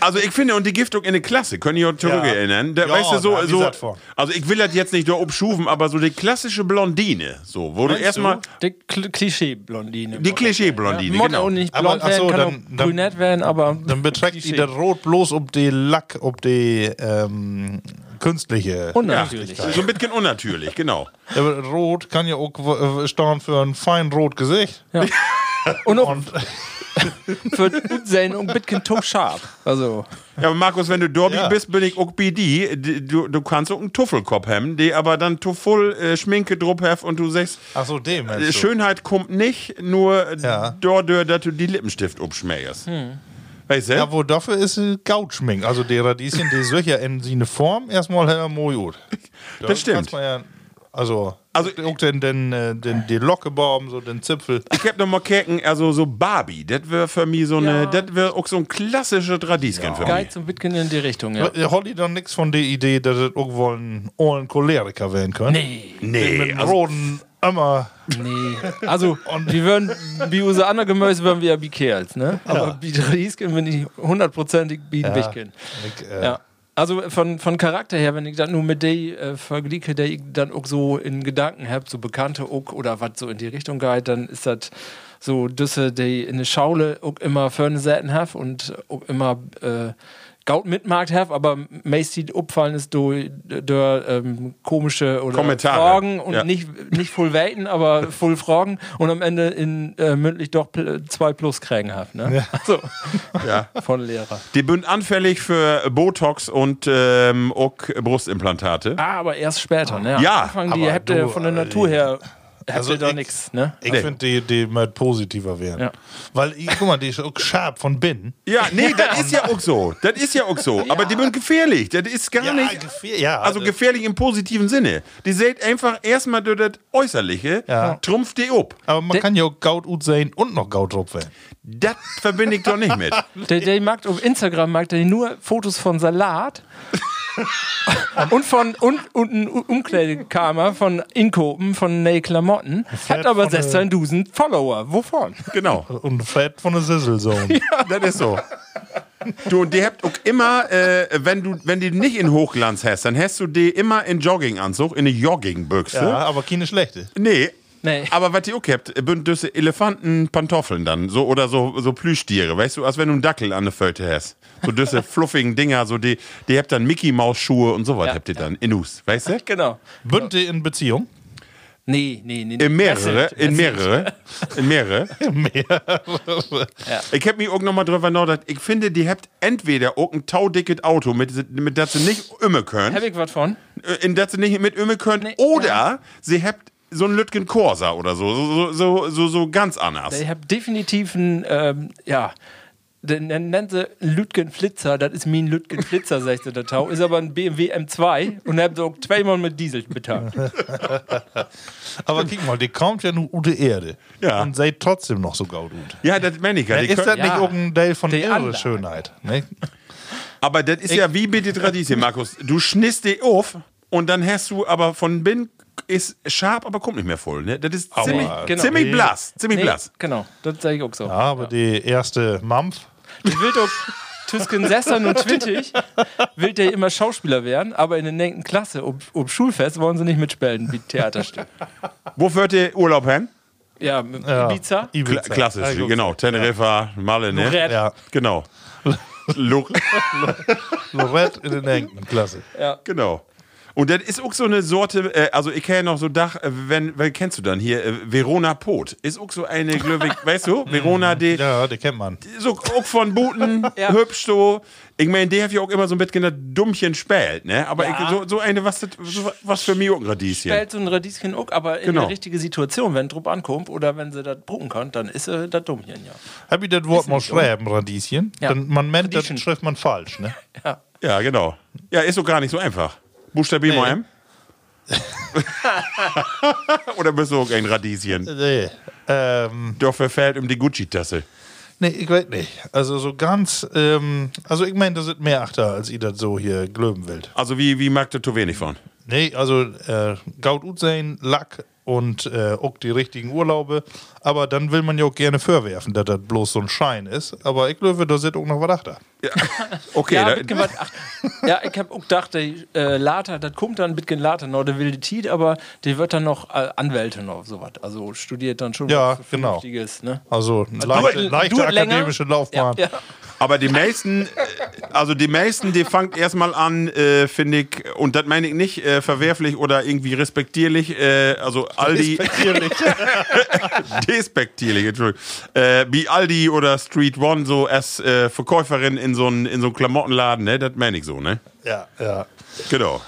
S2: Also ich finde, und die Giftung in der Klasse, können ihr euch zurückerinnern. Da,
S3: Ja,
S2: weißt du,
S3: da
S2: so,
S3: hab ich
S2: so,
S3: satt von.
S2: also ich will das jetzt nicht nur obschufen, aber so die klassische Blondine, so, wo du erstmal,
S4: Die Kl Klischee-Blondine.
S2: die Klischee-Blondine,
S4: Mod
S2: genau.
S4: auch nicht
S3: Aber,
S4: blond
S3: ach so,
S4: werden, kann
S3: dann-
S4: auch
S3: dann-
S4: brünett werden, aber
S3: Dann beträgt die der Rot bloß um die Lack, um die ähm, künstliche.
S4: unnatürlich.
S2: So ein bisschen unnatürlich, genau.
S3: Ja, aber Rot kann ja auch äh, stehen für ein fein rot Gesicht.
S4: Ja. Und auch <laughs> für gut sein und ein bisschen to sharp. Also,
S2: Ja, aber Markus, wenn du Dorby
S3: Ja.
S2: bist, bin ich auch BD. Die- Du, du kannst auch einen Tuffelkopf haben, die aber dann zu voll äh, Schminke drauf hat und du sagst,
S3: Ach so, dem.
S2: äh, Schönheit kommt nicht nur
S3: Ja.
S2: dadurch, dass du die Lippenstift abschmähst. Weißt du?
S3: Ja, wo dafür ist äh, Gautschmink. Also die Radieschen, die Söcher in sie eine Form erstmal heller Mojut. Da
S2: Das stimmt.
S3: kannst man Ja, also,
S2: Also-
S3: also auch den, den, äh, den, die Lockebaum, so den Zipfel.
S2: Ich hab noch mal keken, also so Barbie, das wäre für mich so eine, das wäre auch so ein klassisches Radieschen für
S4: Guide
S2: mich.
S4: zum Bitcoin in die Richtung, ja.
S3: Ja. Äh, Holly dann nichts von der Idee, dass es irgendwo ein Ohrenkoleriker werden können.
S4: Nee,
S3: Mit
S2: Nee,
S3: einem
S2: also,
S3: roten Ömmer.
S4: nee. Also, wir würden, wie unsere anderen Gemüse, würden wir ja wie Kerls, ne? Aber wie Riesken bin ich hundertprozentig wie ein Bitcoin.
S3: Ich, äh,
S4: Ja. Also von, von Charakter her, wenn ich dann nur mit der äh, vergleiche, der ich dann auch so in Gedanken habe, so Bekannte auch oder was so in die Richtung geht, dann ist das so Düsse, die in der Schaule auch immer Förne selten hab und auch immer äh, Gaut mitmarkt hab, aber meist die Abfallen ist durch, durch ähm, komische oder
S2: Kommentare.
S4: Fragen und
S2: Ja.
S4: nicht, nicht voll Welten, aber voll Fragen und am Ende in äh, mündlich doch pl- zwei Plus kriegen hab, ne? <laughs> Also,
S2: Ja.
S4: von Lehrer.
S2: die sind anfällig für Botox und ähm, auch Brustimplantate.
S4: Ah, aber erst später, ne?
S2: Ja,
S4: Am Anfang, die
S3: aber
S4: habt ihr
S3: du,
S4: von der
S3: äh,
S4: Natur her habt
S3: also
S4: ihr da
S3: ich-
S4: nichts, ne?
S3: ich finde, die, die möcht positiver werden.
S4: Ja.
S3: Weil, ich, guck mal, die ist auch scharf von binnen.
S2: Ja, nee, das ist ja auch so. Das ist ja auch so. Aber die sind gefährlich. Das ist gar nicht.
S3: gefähr- ja,
S2: Also
S3: äh,
S2: gefährlich im positiven Sinne. Die seht einfach erstmal durch das Äußerliche,
S3: Ja.
S2: trumpft die ob.
S3: aber man kann ja auch Gaut gut sein und noch Gaut drauf werden.
S2: Das verbinde ich doch nicht mit.
S4: Der, der mag auf Instagram mag der nur Fotos
S3: <laughs>
S4: von Salat und von und, und ein Umkleidekammer von Inkopen von Ney Klamotten. Hat aber
S3: von äh, der-
S4: 16.000 Follower. Wovon? <laughs>
S2: Genau.
S3: Und fett von
S2: <laughs>
S3: der Sisselzone.
S2: Das ist so. Du, und die habt auch immer, äh, wenn du, wenn die nicht in Hochglanz hast, dann hast du die immer in Jogginganzug, in eine Joggingbüchse.
S3: ja, aber keine schlechte.
S2: Nee,
S4: Nee.
S2: Aber was ihr auch habt, bünd düsse Elefanten Pantoffeln dann, so oder so, so Plüschtiere, weißt du, als wenn du einen Dackel an der Föte hast. So
S4: <laughs>
S2: düsse fluffigen Dinger, so die, die habt dann Mickey Maus Schuhe und sowas
S4: Ja,
S2: habt ihr dann, Inus, weißt du?
S4: Genau.
S3: Bünd ihr
S2: <laughs>
S3: in Beziehung?
S4: Nee, nee, nee. nee.
S2: In mehrere,
S4: Wechselt,
S2: in
S4: wechselt.
S2: mehrere, in
S3: <laughs>
S2: mehrere. Ich hab mich auch nochmal drüber nachgedacht, ich finde, die habt entweder auch ein taudicket Auto, mit, mit das sie nicht immer können. äh,
S4: Hab ich was von?
S2: in der sie nicht mit Öme könnt. oder sie habt so einen Lütgen Corsa oder so. So, so, so, so, so ganz anders.
S4: Ich habe definitiv einen, ähm, ja, den, den nennt sie Lütgen Flitzer, das ist mein Lütgen Flitzer, <laughs> sagte der Tau, ist aber ein BMW M2 und hab so zweimal mit Diesel
S3: <laughs>
S4: betankt.
S3: Aber guck mal, die kommt ja nur gute Erde.
S2: Ja.
S3: Und seid trotzdem noch so gaut gut.
S2: Ja, das meine ich ja.
S3: Dann
S2: Die
S3: ist das
S2: können-
S3: nicht
S4: Ja.
S3: auch ein Teil von
S4: Die
S3: ihrer
S4: Anlage.
S3: Schönheit. Ne?
S2: Aber das ist ja wie bitte Tradition, Markus. Du schnist die auf und dann hast du aber von bin ist scharf, aber kommt nicht mehr voll. Ne? Das ist
S3: Aua,
S2: ziemlich,
S4: genau.
S2: ziemlich
S3: Nee.
S2: blass. Ziemlich blass.
S4: Genau, das sage ich auch so.
S3: Ja, aber die erste Mampf.
S4: Die will doch zwischen 16 und 20 will der immer Schauspieler werden, aber in der nächsten Klasse, ob, ob Schulfest, wollen sie nicht mitspielen, wie Theaterstück.
S2: Wo fährt ihr Urlaub hin?
S4: Ja, mit
S3: Ja.
S4: Ibiza.
S2: Kla
S3: Ibiza.
S2: klassisch,
S3: Ja, gut.
S2: genau. Teneriffa, Malle, ne?
S4: Lorette.
S3: Ja,
S2: Genau.
S3: <laughs>
S2: Lo-
S3: Lorette in der nächsten Klasse.
S2: Genau. Und das ist auch so eine Sorte, äh, also ich kenne noch so Dach, äh, wenn, wenn kennst du dann hier, äh, Verona Pot. Ist auch so eine,
S3: <laughs>
S2: glaub ich, weißt du, Verona, die,
S3: Ja, die kennt man.
S2: so auch von
S3: <laughs>
S2: Buten, hübsch so. Ich meine, der hat ja auch immer so ein bisschen das Dummchen spält, ne? Aber ich, so, so eine, was, das, so, was für mich auch ein Radieschen.
S4: Fällt so ein Radieschen auch, aber in
S2: Genau.
S4: der richtigen Situation, wenn Drupp ankommt oder wenn sie das buchen kann, dann ist äh, das dumm hier, ja.
S3: Hab ich das Wort mal schreiben, Radieschen?
S4: Ja.
S3: Dann, man nennt das
S4: Radieschen.
S3: schreibt man falsch, ne?
S2: Ja, genau. Ja, ist so gar nicht so einfach. Buchstabier mal
S3: <laughs>
S2: M. Oder bist du auch ein Radieschen?
S3: Nee. Ähm,
S2: Doch, verfällt um die Gucci-Tasse.
S3: nee, ich weiß nicht. Also so ganz, ähm, also ich meine, das sind mehr Achter, als ihr das so hier glöben wollt.
S2: Also, wie, wie mag der zu wenig von?
S3: Nee, also äh, gaut gut sein, Lack und äh, auch die richtigen Urlaube. Aber dann will man ja auch gerne verwerfen, dass das bloß so ein Schein ist. Aber ich glaube, da sind auch noch was achter. <laughs>
S2: Ja. Okay,
S4: ja,
S2: da-
S4: Bitgen wat- ach, ja, ich hab auch gedacht, der äh, Later, das kommt dann Bitgen Later noch, der wilde Tiet, aber der wird dann noch äh, Anwältin oder sowas. Also studiert dann schon
S3: Ja,
S4: was
S3: genau.
S4: Vernünftiges, ne?
S3: Also eine leichte,
S4: duet-
S3: leichte
S4: duet länger?
S3: akademische Laufbahn.
S4: Ja.
S2: Aber die meisten, äh, also die meisten, die fangt erstmal an, äh, finde ich, und das meine ich nicht äh, verwerflich oder irgendwie respektierlich, äh, also Aldi,
S3: Respektierlich.
S2: <laughs> despektierlich, Entschuldigung, äh, wie Aldi oder Street One, so als äh, Verkäuferin in so einem in so einen Klamottenladen, ne, das meine ich so, ne?
S3: ja, ja.
S2: Genau.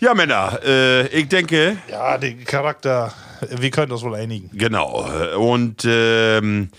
S2: Ja, Männer, äh, ich denke,
S3: Ja, den Charakter, wir können das wohl einigen.
S2: genau. Und ähm,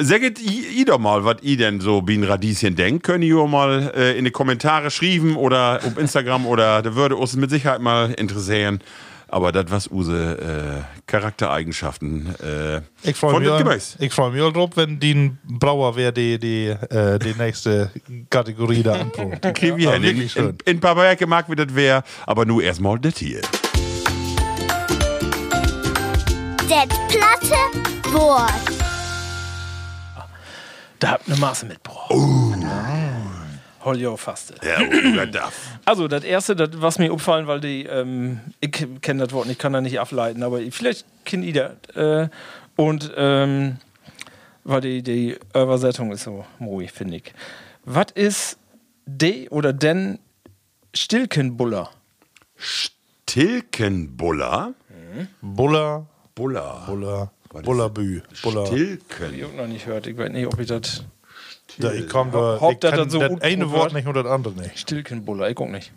S2: Sagt i- i doch mal, was ihr denn so wie ein Radieschen denkt. Könnt ihr mal äh, in die Kommentare schreiben oder auf Instagram oder da würde uns mit Sicherheit mal interessieren. Aber das was use äh, Charaktereigenschaften. Äh,
S3: Ich freue
S2: von
S3: mich,
S2: das
S3: auch-
S2: Gemäß.
S3: ich freu mich auch drauf, wenn die Brauer wäre, die, die, äh, die nächste Kategorie da anprobt.
S2: Kriegen wir
S3: Ja,
S2: hin.
S3: wirklich
S2: In,
S3: schön.
S2: in, in paar Werke mag wie das wär, aber nur erstmal das hier.
S8: Das platte Wort.
S4: Da habt ne Maße mit, boah. Oh. Holjo Faste.
S3: <clears throat>
S2: Ja, oh, das darf.
S4: Also, das erste, das was mir auffallen, weil die, ähm, ich kenne das Wort nicht, kann da nicht ableiten, aber ich- vielleicht kennt ihr das. Äh, und, ähm, weil die, die Übersetzung ist so ruhig, finde ich. Was ist de oder denn Stilkenbuller?
S2: Tilkenbuller.
S3: Buller,
S2: Buller.
S3: Buller, Bullerbü. Buller.
S2: Tilken.
S4: Ich hab noch nicht gehört, ich weiß nicht, ob ich das
S3: Da, ich komm da,
S4: Haupt-
S3: ich kann
S4: hat das so
S3: das
S4: gut
S3: eine
S4: gut
S3: Wort
S4: hört.
S3: nicht oder das andere nicht.
S4: Stilkenbuller, ich guck nicht.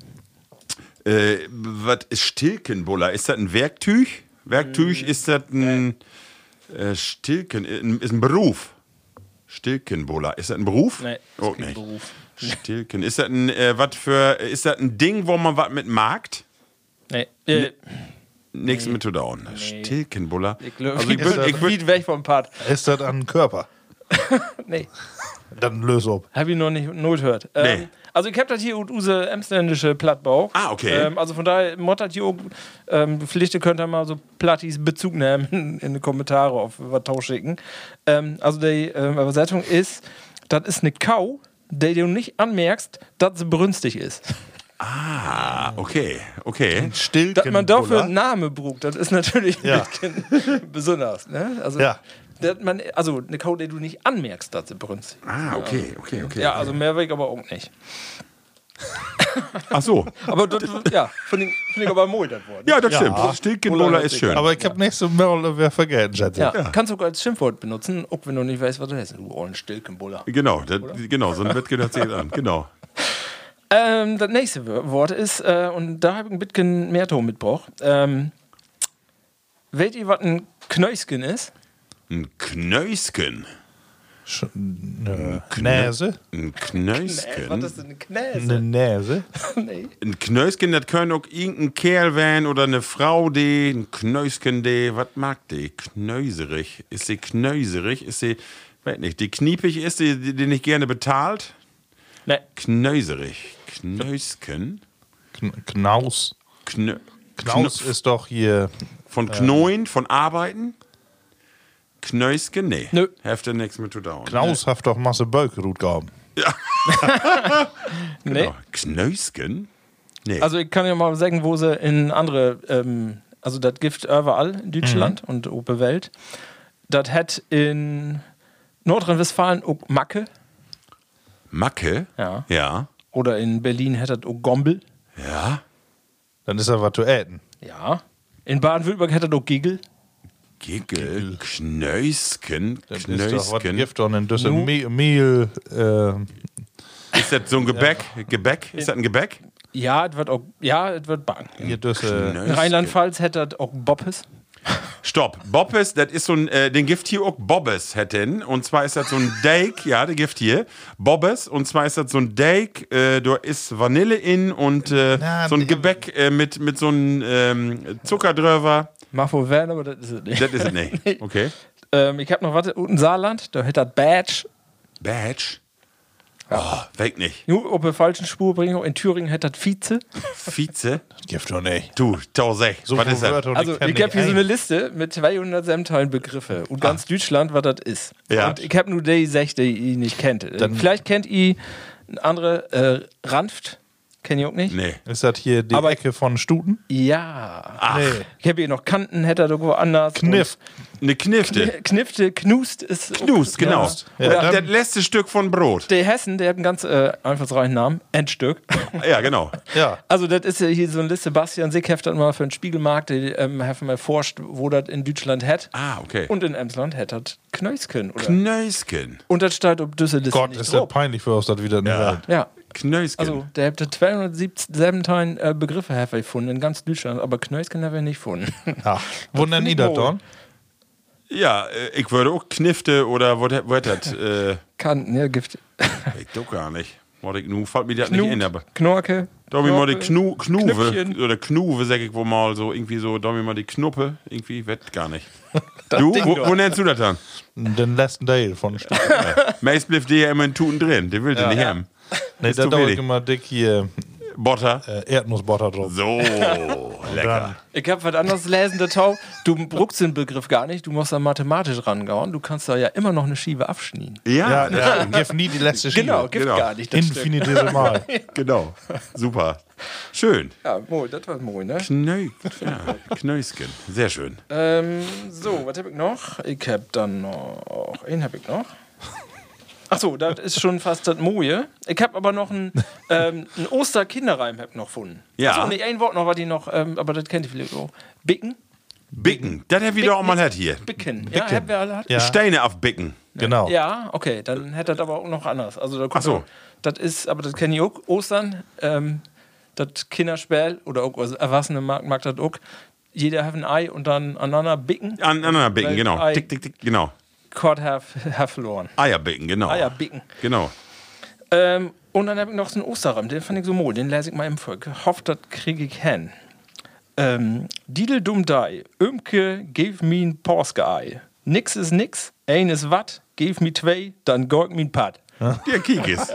S2: Äh, was ist Stilkenbuller? Ist das ein Werktüch? Werktüch
S4: Hm.
S2: ist das ein äh, Stilken, äh, ein- ist ein Beruf. Stilkenbuller, ist das ein Beruf?
S4: Nee, das
S2: oh,
S4: ist kein
S2: nee.
S4: Beruf.
S2: Stilken, ist das ein äh, was für ist das ein Ding, wo man was mit magt?
S4: Nee. Äh,
S2: Nichts mit zu down. Stilkenbuller.
S4: ich glaub, <laughs>
S2: Also ich bin, ich bin,
S4: weg vom Part.
S3: Ist das an den Körper?
S4: Nee.
S3: Dann löse ob.
S4: Habe ich noch nicht not gehört. Ähm,
S2: Nee.
S4: Also ich habe das hier und use emsländische Plattbau.
S2: Ah, okay.
S4: Ähm, also von daher, Mott hat hier auch, ähm, Pflichte könnt ihr mal so Plattis Bezug nehmen <laughs> in, in die Kommentare auf was Tausch schicken. Ähm, also die ähm, Übersetzung ist,
S2: <laughs>
S4: das ist eine Kau, der du nicht anmerkst, dass sie brünstig ist.
S2: ah, Okay, okay.
S4: Dass man dafür einen Namen braucht, das ist natürlich
S2: Genau. Ja.
S4: ein bisschen <laughs> besonders. Ne? Also,
S2: Ja.
S4: dass man, also eine Code, die du nicht anmerkst, dass sie brünst.
S2: Ah, okay, okay, okay.
S4: Ja, also mehr weg aber auch nicht.
S2: Ach so.
S4: Aber das, <laughs> ja, finde ich, find ich aber mooi, das Wort.
S2: Ja, das stimmt. Stilkenbola ist schön.
S3: Aber ich habe nächste Mal wer vergessen, Schätze.
S4: Ja, kannst du auch als Schimpfwort benutzen, auch wenn du nicht weißt, was das heißt. Du Ohrenstilkenbuller.
S2: Genau, das, genau, so ein Wettgehör zählt an. Genau.
S4: Ähm, das nächste W- Wort ist, äh, und da habe ich ein bisschen mehr Ton mitgebracht. Ähm, Weet ihr, was ein Knöchskin ist?
S2: Ein Knösken.
S3: ne,
S2: Ein Knö-
S3: Knäse?
S2: Ein
S3: äh,
S4: Was ist
S2: Knösken.
S4: denn ein Knäse?
S3: Eine Nase?
S4: <laughs> nee.
S2: Ein Knösken, das können auch irgendein Kerl werden oder eine Frau, die ein Knösken, die, was mag die? Knöserig. Ist sie knöserig? Ist sie, weiß nicht, die kniepig ist, die, die, die nicht gerne bezahlt?
S4: Nee.
S2: Knöserig. Knösken?
S3: Kn- Knaus.
S2: Knö
S3: Knaus
S2: Knö-
S3: ist äh, doch hier.
S2: Von Knoin, von Arbeiten? Knösken? Nee.
S4: Nö.
S2: Hefte nichts mit zu dauern.
S3: Knaus hat doch Masse Beukerut gehabt.
S4: nee.
S2: Genau. Knösken? Nee.
S4: Also ich kann ja mal sagen, wo sie in andere, ähm, also das gibt überall in Deutschland und auf der Welt. Das hat in Nordrhein-Westfalen auch Macke
S2: Macke?
S4: Ja.
S2: Ja.
S4: oder in Berlin hat das auch Gombel.
S2: Ja.
S3: Dann ist er was zu äten.
S4: Ja. In Baden-Württemberg hat das auch Giggel.
S2: Giggel, Knösken,
S3: Dann ist doch was
S2: Knösken.
S3: Gift und dann ist ein
S4: Nu.
S3: Me- Mehl. ähm,
S2: Ist das so ein Gebäck? Gebäck? Ist das ein Gebäck?
S4: Ja, es wird auch, ja, es wird bang.
S3: hier das, äh,
S4: In Rheinland-Pfalz hätte das auch Boppes.
S2: Stopp. Bobbes, das ist so ein, äh, den Gift hier auch Bobbes hätten. Und zwar ist das so ein Dake, ja, der Gift hier. Bobbes. Und zwar ist das so ein Dake, äh, da ist Vanille in und äh,
S3: Na, ähm,
S2: so ein
S3: die-
S2: Gebäck äh, mit, mit so einem ähm, Zuckerdröver.
S4: Mach wohl werden, aber das ist es nicht.
S2: Das ist es nicht. Okay.
S4: ähm, ich habe noch was unten Saarland, da hätte das Badge.
S2: Badge. Oh, weg nicht.
S4: Nur auf der falschen Spur bringen. In Thüringen hätte das Vize.
S2: Vize.
S3: Gift doch nicht.
S2: Du, tausend.
S3: So
S2: Was
S3: viele
S2: ist das?
S3: Wörter und
S4: Also,
S3: kenn
S4: ich habe
S3: nicht
S4: hier so eine
S3: ein.
S4: Liste mit 200 sämtlichen Begriffe und ganz Deutschland, was das ist.
S2: Ja.
S4: Und ich habe nur die 6, die ihr nicht kennt. Äh, Vielleicht kennt ihr eine andere äh, Ranft, kennt ihr auch nicht?
S2: Nee.
S3: Ist das hier die
S4: Aber-
S3: Ecke von Stuten?
S4: Ja.
S2: Ach,
S3: Nee.
S4: Ich habe hier noch Kanten, hätte er irgendwo anders.
S3: Ah. Kniff.
S2: eine Knifte.
S4: Und Knifte, Knust ist.
S2: Knust, genau.
S3: Ja.
S2: Oder
S3: Ja,
S2: das
S3: dann-
S2: letzte Stück von Brot.
S4: Der Hessen, der hat einen ganz äh, einfallsreichen Namen: Endstück.
S2: Ja, genau.
S3: Ja.
S4: Also das ist ja hier so eine Liste, Bastian Sick hat mal für den Spiegelmarkt, die ähm, haben erforscht, wo das in Deutschland hat.
S2: Ah, okay.
S4: Und in Emsland hat das Knösken. Oder?
S2: Knösken.
S4: und das steht ob Düsseldorf
S3: Gott,
S4: nicht
S3: ist das
S4: drauf.
S3: peinlich für uns, das wieder in der
S2: Ja.
S3: Welt.
S4: Ja,
S2: Knösken.
S4: also der hat 277 äh, Begriffe hat er gefunden in ganz Deutschland, aber Knösken hat er nicht gefunden. <laughs>
S3: Ja. Wo nennen die das dann?
S2: ja, äh, ich würde auch Knifte oder was hat
S3: <laughs>
S2: das? Äh,
S4: Kanten, ja, ne, Gift.
S2: ich doch gar nicht. Wollte ich nu, fällt mir das nicht
S4: Knut,
S2: in, aber.
S4: Knorke.
S2: Domi mal die
S4: Knorpe,
S2: Knu, Knuwe.
S4: Knüppchen.
S2: Oder Knuwe, sag ich wohl mal so. Irgendwie so, Domi mal die Knuppe. Irgendwie, wett gar
S3: <laughs>
S2: nicht. du, wo, wo nennst du das dann?
S3: Den letzten Teil von Stuten.
S2: <laughs> Meist bleibt der ja immer in Tuten drin. Der will den nicht
S3: <laughs>
S2: haben.
S3: nee,
S2: Ist
S3: da
S2: zu
S3: dauert
S2: wenig.
S3: immer dick hier
S2: Butter.
S3: äh, Erdnussbutter drauf. <laughs>
S2: So, lecker.
S4: Ich hab was anderes lesen, der Tau. Du bruchst den Begriff gar nicht, du musst da mathematisch rangauen. Du kannst da ja immer noch eine Schiebe abschneiden.
S2: Ja,
S3: Ja, ja. Gift nie die letzte Schiene.
S4: Genau, gibt
S2: genau.
S4: gar nicht. Das Stück. <laughs>
S3: Infinitesimal.
S2: genau.
S3: <laughs>
S2: Super. Schön.
S4: Ja, moin, das war moin, ne?
S2: Knö ja, Knösken. Sehr schön.
S4: Ähm, so, was hab ich noch? Ich hab dann noch. Einen hab ich noch. Achso, das ist schon fast das Moje. Ich hab aber
S2: <laughs>
S4: noch einen ähm, ein Osterkinderreim hab ich noch gefunden.
S2: Ja.
S4: Achso, nee, ein Wort noch, was die noch, ähm, aber das kennt ihr vielleicht auch. Bicken?
S2: Bicken. Das hätte wieder auch mal hat hier.
S4: Bicken. Ja, haben wir alle.
S3: Ja.
S2: Steine aufbicken.
S3: Genau.
S4: Ja, okay, dann hätte das aber auch noch anders. Also da kommt
S2: Ach so.
S4: Das ist, aber das kenne ich auch, Ostern, ähm, das Kinderspiel oder auch also Erwachsene mag, mag das auch. Jeder hat ein Ei und dann aneinander bicken.
S2: An anderen Bicken,
S4: Weil
S2: genau.
S4: Ei-
S2: Tick, tick, tick, genau.
S4: Gott hat hat verloren.
S2: Eierbicken, genau.
S4: Eier bicken.
S2: Genau.
S4: Ähm, und dann habe ich noch so einen Osterraum, den fand ich so mooi, den lese ich mal im Volk. Hofft, das kriege ich hin. Ähm, Didel dum dai, Ömke gave me ein Porske-Ei. Nix ist nix, ein ist wat, gave me zwei, dann gorg me ein Pad.
S2: Der Kikis.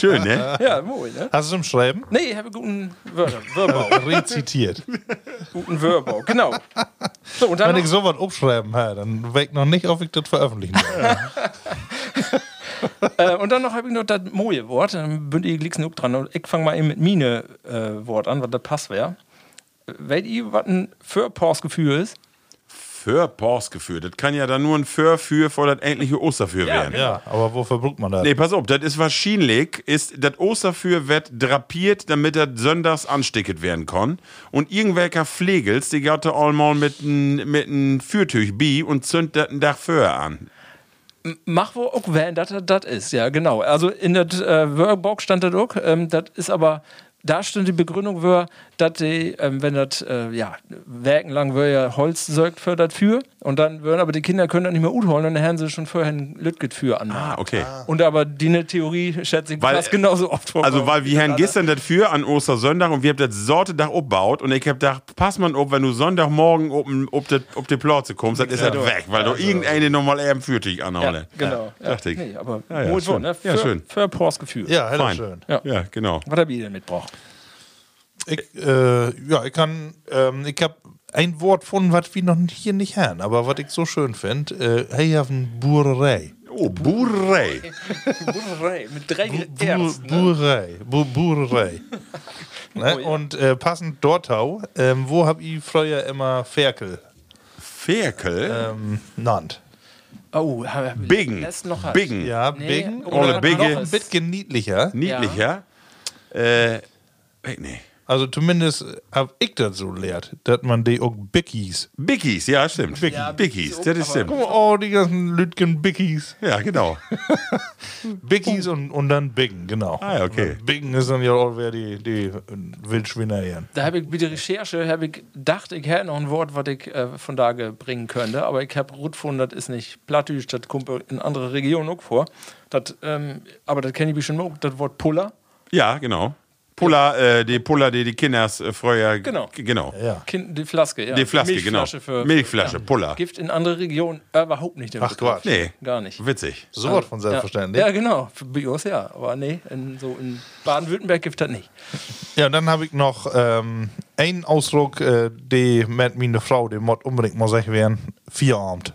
S2: Schön, ne?
S4: Ja, mooi, ne?
S3: Hast du es im
S4: <laughs>
S3: Schreiben?
S4: Nee, ich habe guten Wörter,
S3: <laughs>
S4: Wörbau.
S3: Rezitiert.
S4: guten Wörbau, genau. So, und dann
S3: Wenn ich
S4: noch,
S3: sowas aufschreiben, hä, dann weg noch nicht, ob ich das veröffentlichen soll.
S4: äh, und dann noch habe ich noch das mooie Wort. Dann bin ich gleich genug dran. Und ich fange mal eben mit Mine äh, Wort an, was das Pass wäre. Weet ihr, was ein Fürpors-Gefühl ist?
S2: Für Porsgefühl. Das kann ja dann nur ein Für für vor das endliche Osterfür
S4: Ja, genau.
S2: werden.
S3: Ja, aber wo verbrucht man das?
S2: Nee, pass auf, das ist wahrscheinlich, ist das Osterfür wird drapiert, damit das sonntags ansticket werden kann. Und irgendwelcher Flegels, die gatte allmal mit einem mit n Fürtüch bi und zündet das ein Dach für an.
S4: Mach wohl auch, wenn das das ist, ja, genau. Also in der äh, Workbox stand das auch, ähm, das ist aber, da stand die Begründung, wär, dass die, ähm, wenn das, äh, ja, werkenlang wär ja Holz sorgt für das für und dann würden aber die Kinder können das nicht mehr utholen und dann haben sie schon vorher ein Lütget für an.
S2: Ah, okay.
S4: Und aber die ne Theorie, schätze ich,
S2: Weil-
S4: passt genauso oft vor.
S2: Also, weil wir haben gestern das für an Ostersonntag und wir haben das Sortedach abbaut und ich hab gedacht, pass man auf, wenn du Sonntagmorgen ob, ob, das- ob die Plotze kommst, dann ist
S4: Ja. Also.
S2: das weg, weil du irgendeine nochmal eben Fürtüch
S4: ja,
S2: anholen.
S4: genau. Ja.
S2: Dachte ich.
S4: Nee, aber
S2: Ja, ja,
S4: wohl so,
S2: schön.
S4: ne?
S2: Ja, schön.
S4: Für Porsgefühl.
S3: Ja, hätte
S2: Fein.
S3: schön.
S4: Ja.
S2: Ja, genau.
S4: Was habt ihr denn mitgebracht?
S3: Ich, äh, ja, ich kann, ähm, ich habe ein Wort von, was wir noch hier nicht haben, aber was ich so schön finde, äh, hey, haben Burrei.
S2: Oh, Burrei.
S4: Burrei, mit drei
S3: Bu-
S2: ne?
S3: Burrei. Bu-
S2: <laughs>
S3: Burrei.
S2: Oh
S3: ne? Und äh, passend Dortau, ähm, wo hab ich früher immer Ferkel
S2: Ferkel?
S3: ähm, nannt?
S4: Oh, hab-
S2: Biggen.
S4: lässt noch halt.
S2: Biggen.
S3: Ja,
S4: Nee,
S3: Bing.
S4: oder
S3: Oder
S2: was noch
S3: Bigge. Ein
S4: ist.
S3: bisschen niedlicher.
S2: Niedlicher. Äh, weiß nicht.
S3: Also zumindest hab ich das so lehrt, dass man die auch Bickies.
S2: Bickies, ja, stimmt. Bickies,
S4: Bickies
S2: das ist
S4: auch,
S2: stimmt.
S3: Oh, die ganzen Lütgen Bickies.
S2: Ja, genau.
S3: Biggies und, und dann Biggen, genau.
S2: Ah, ja, okay.
S3: Und dann Biggen ist dann ja auch wer die, die äh, Wildschwinner hier.
S4: Da habe ich bei der Recherche hab ich gedacht, ich hätte noch ein Wort, was ich äh, von da bringen könnte, aber ich habe gefunden, das ist nicht plattdeutsch, das kommt in andere Regionen auch vor. Das, ähm, aber das kenne ich bestimmt auch, das Wort Puller.
S2: Ja, genau. Pulla, äh, die Pulla, die die Kinders äh, früher.
S4: Genau.
S2: g- genau.
S3: Ja.
S4: Kind, die Flaske, ja.
S2: Die Flaske, genau.
S4: Milchflasche Für,
S2: Milchflasche, Pulla.
S4: Gift in andere Regionen äh, überhaupt nicht. im
S3: Ach,
S4: Begriff.
S3: Quatsch.
S2: Nee.
S4: Gar nicht.
S2: Witzig.
S3: So was von selbstverständlich.
S4: Ja, genau. Für Bios ja. Aber nee, in, so in Baden-Württemberg gibt das nicht.
S3: Ja, und dann habe ich noch ähm, einen Ausdruck, äh, die mit meiner Frau, die Mod unbedingt muss ich werden,
S2: <laughs>
S3: vierarmt.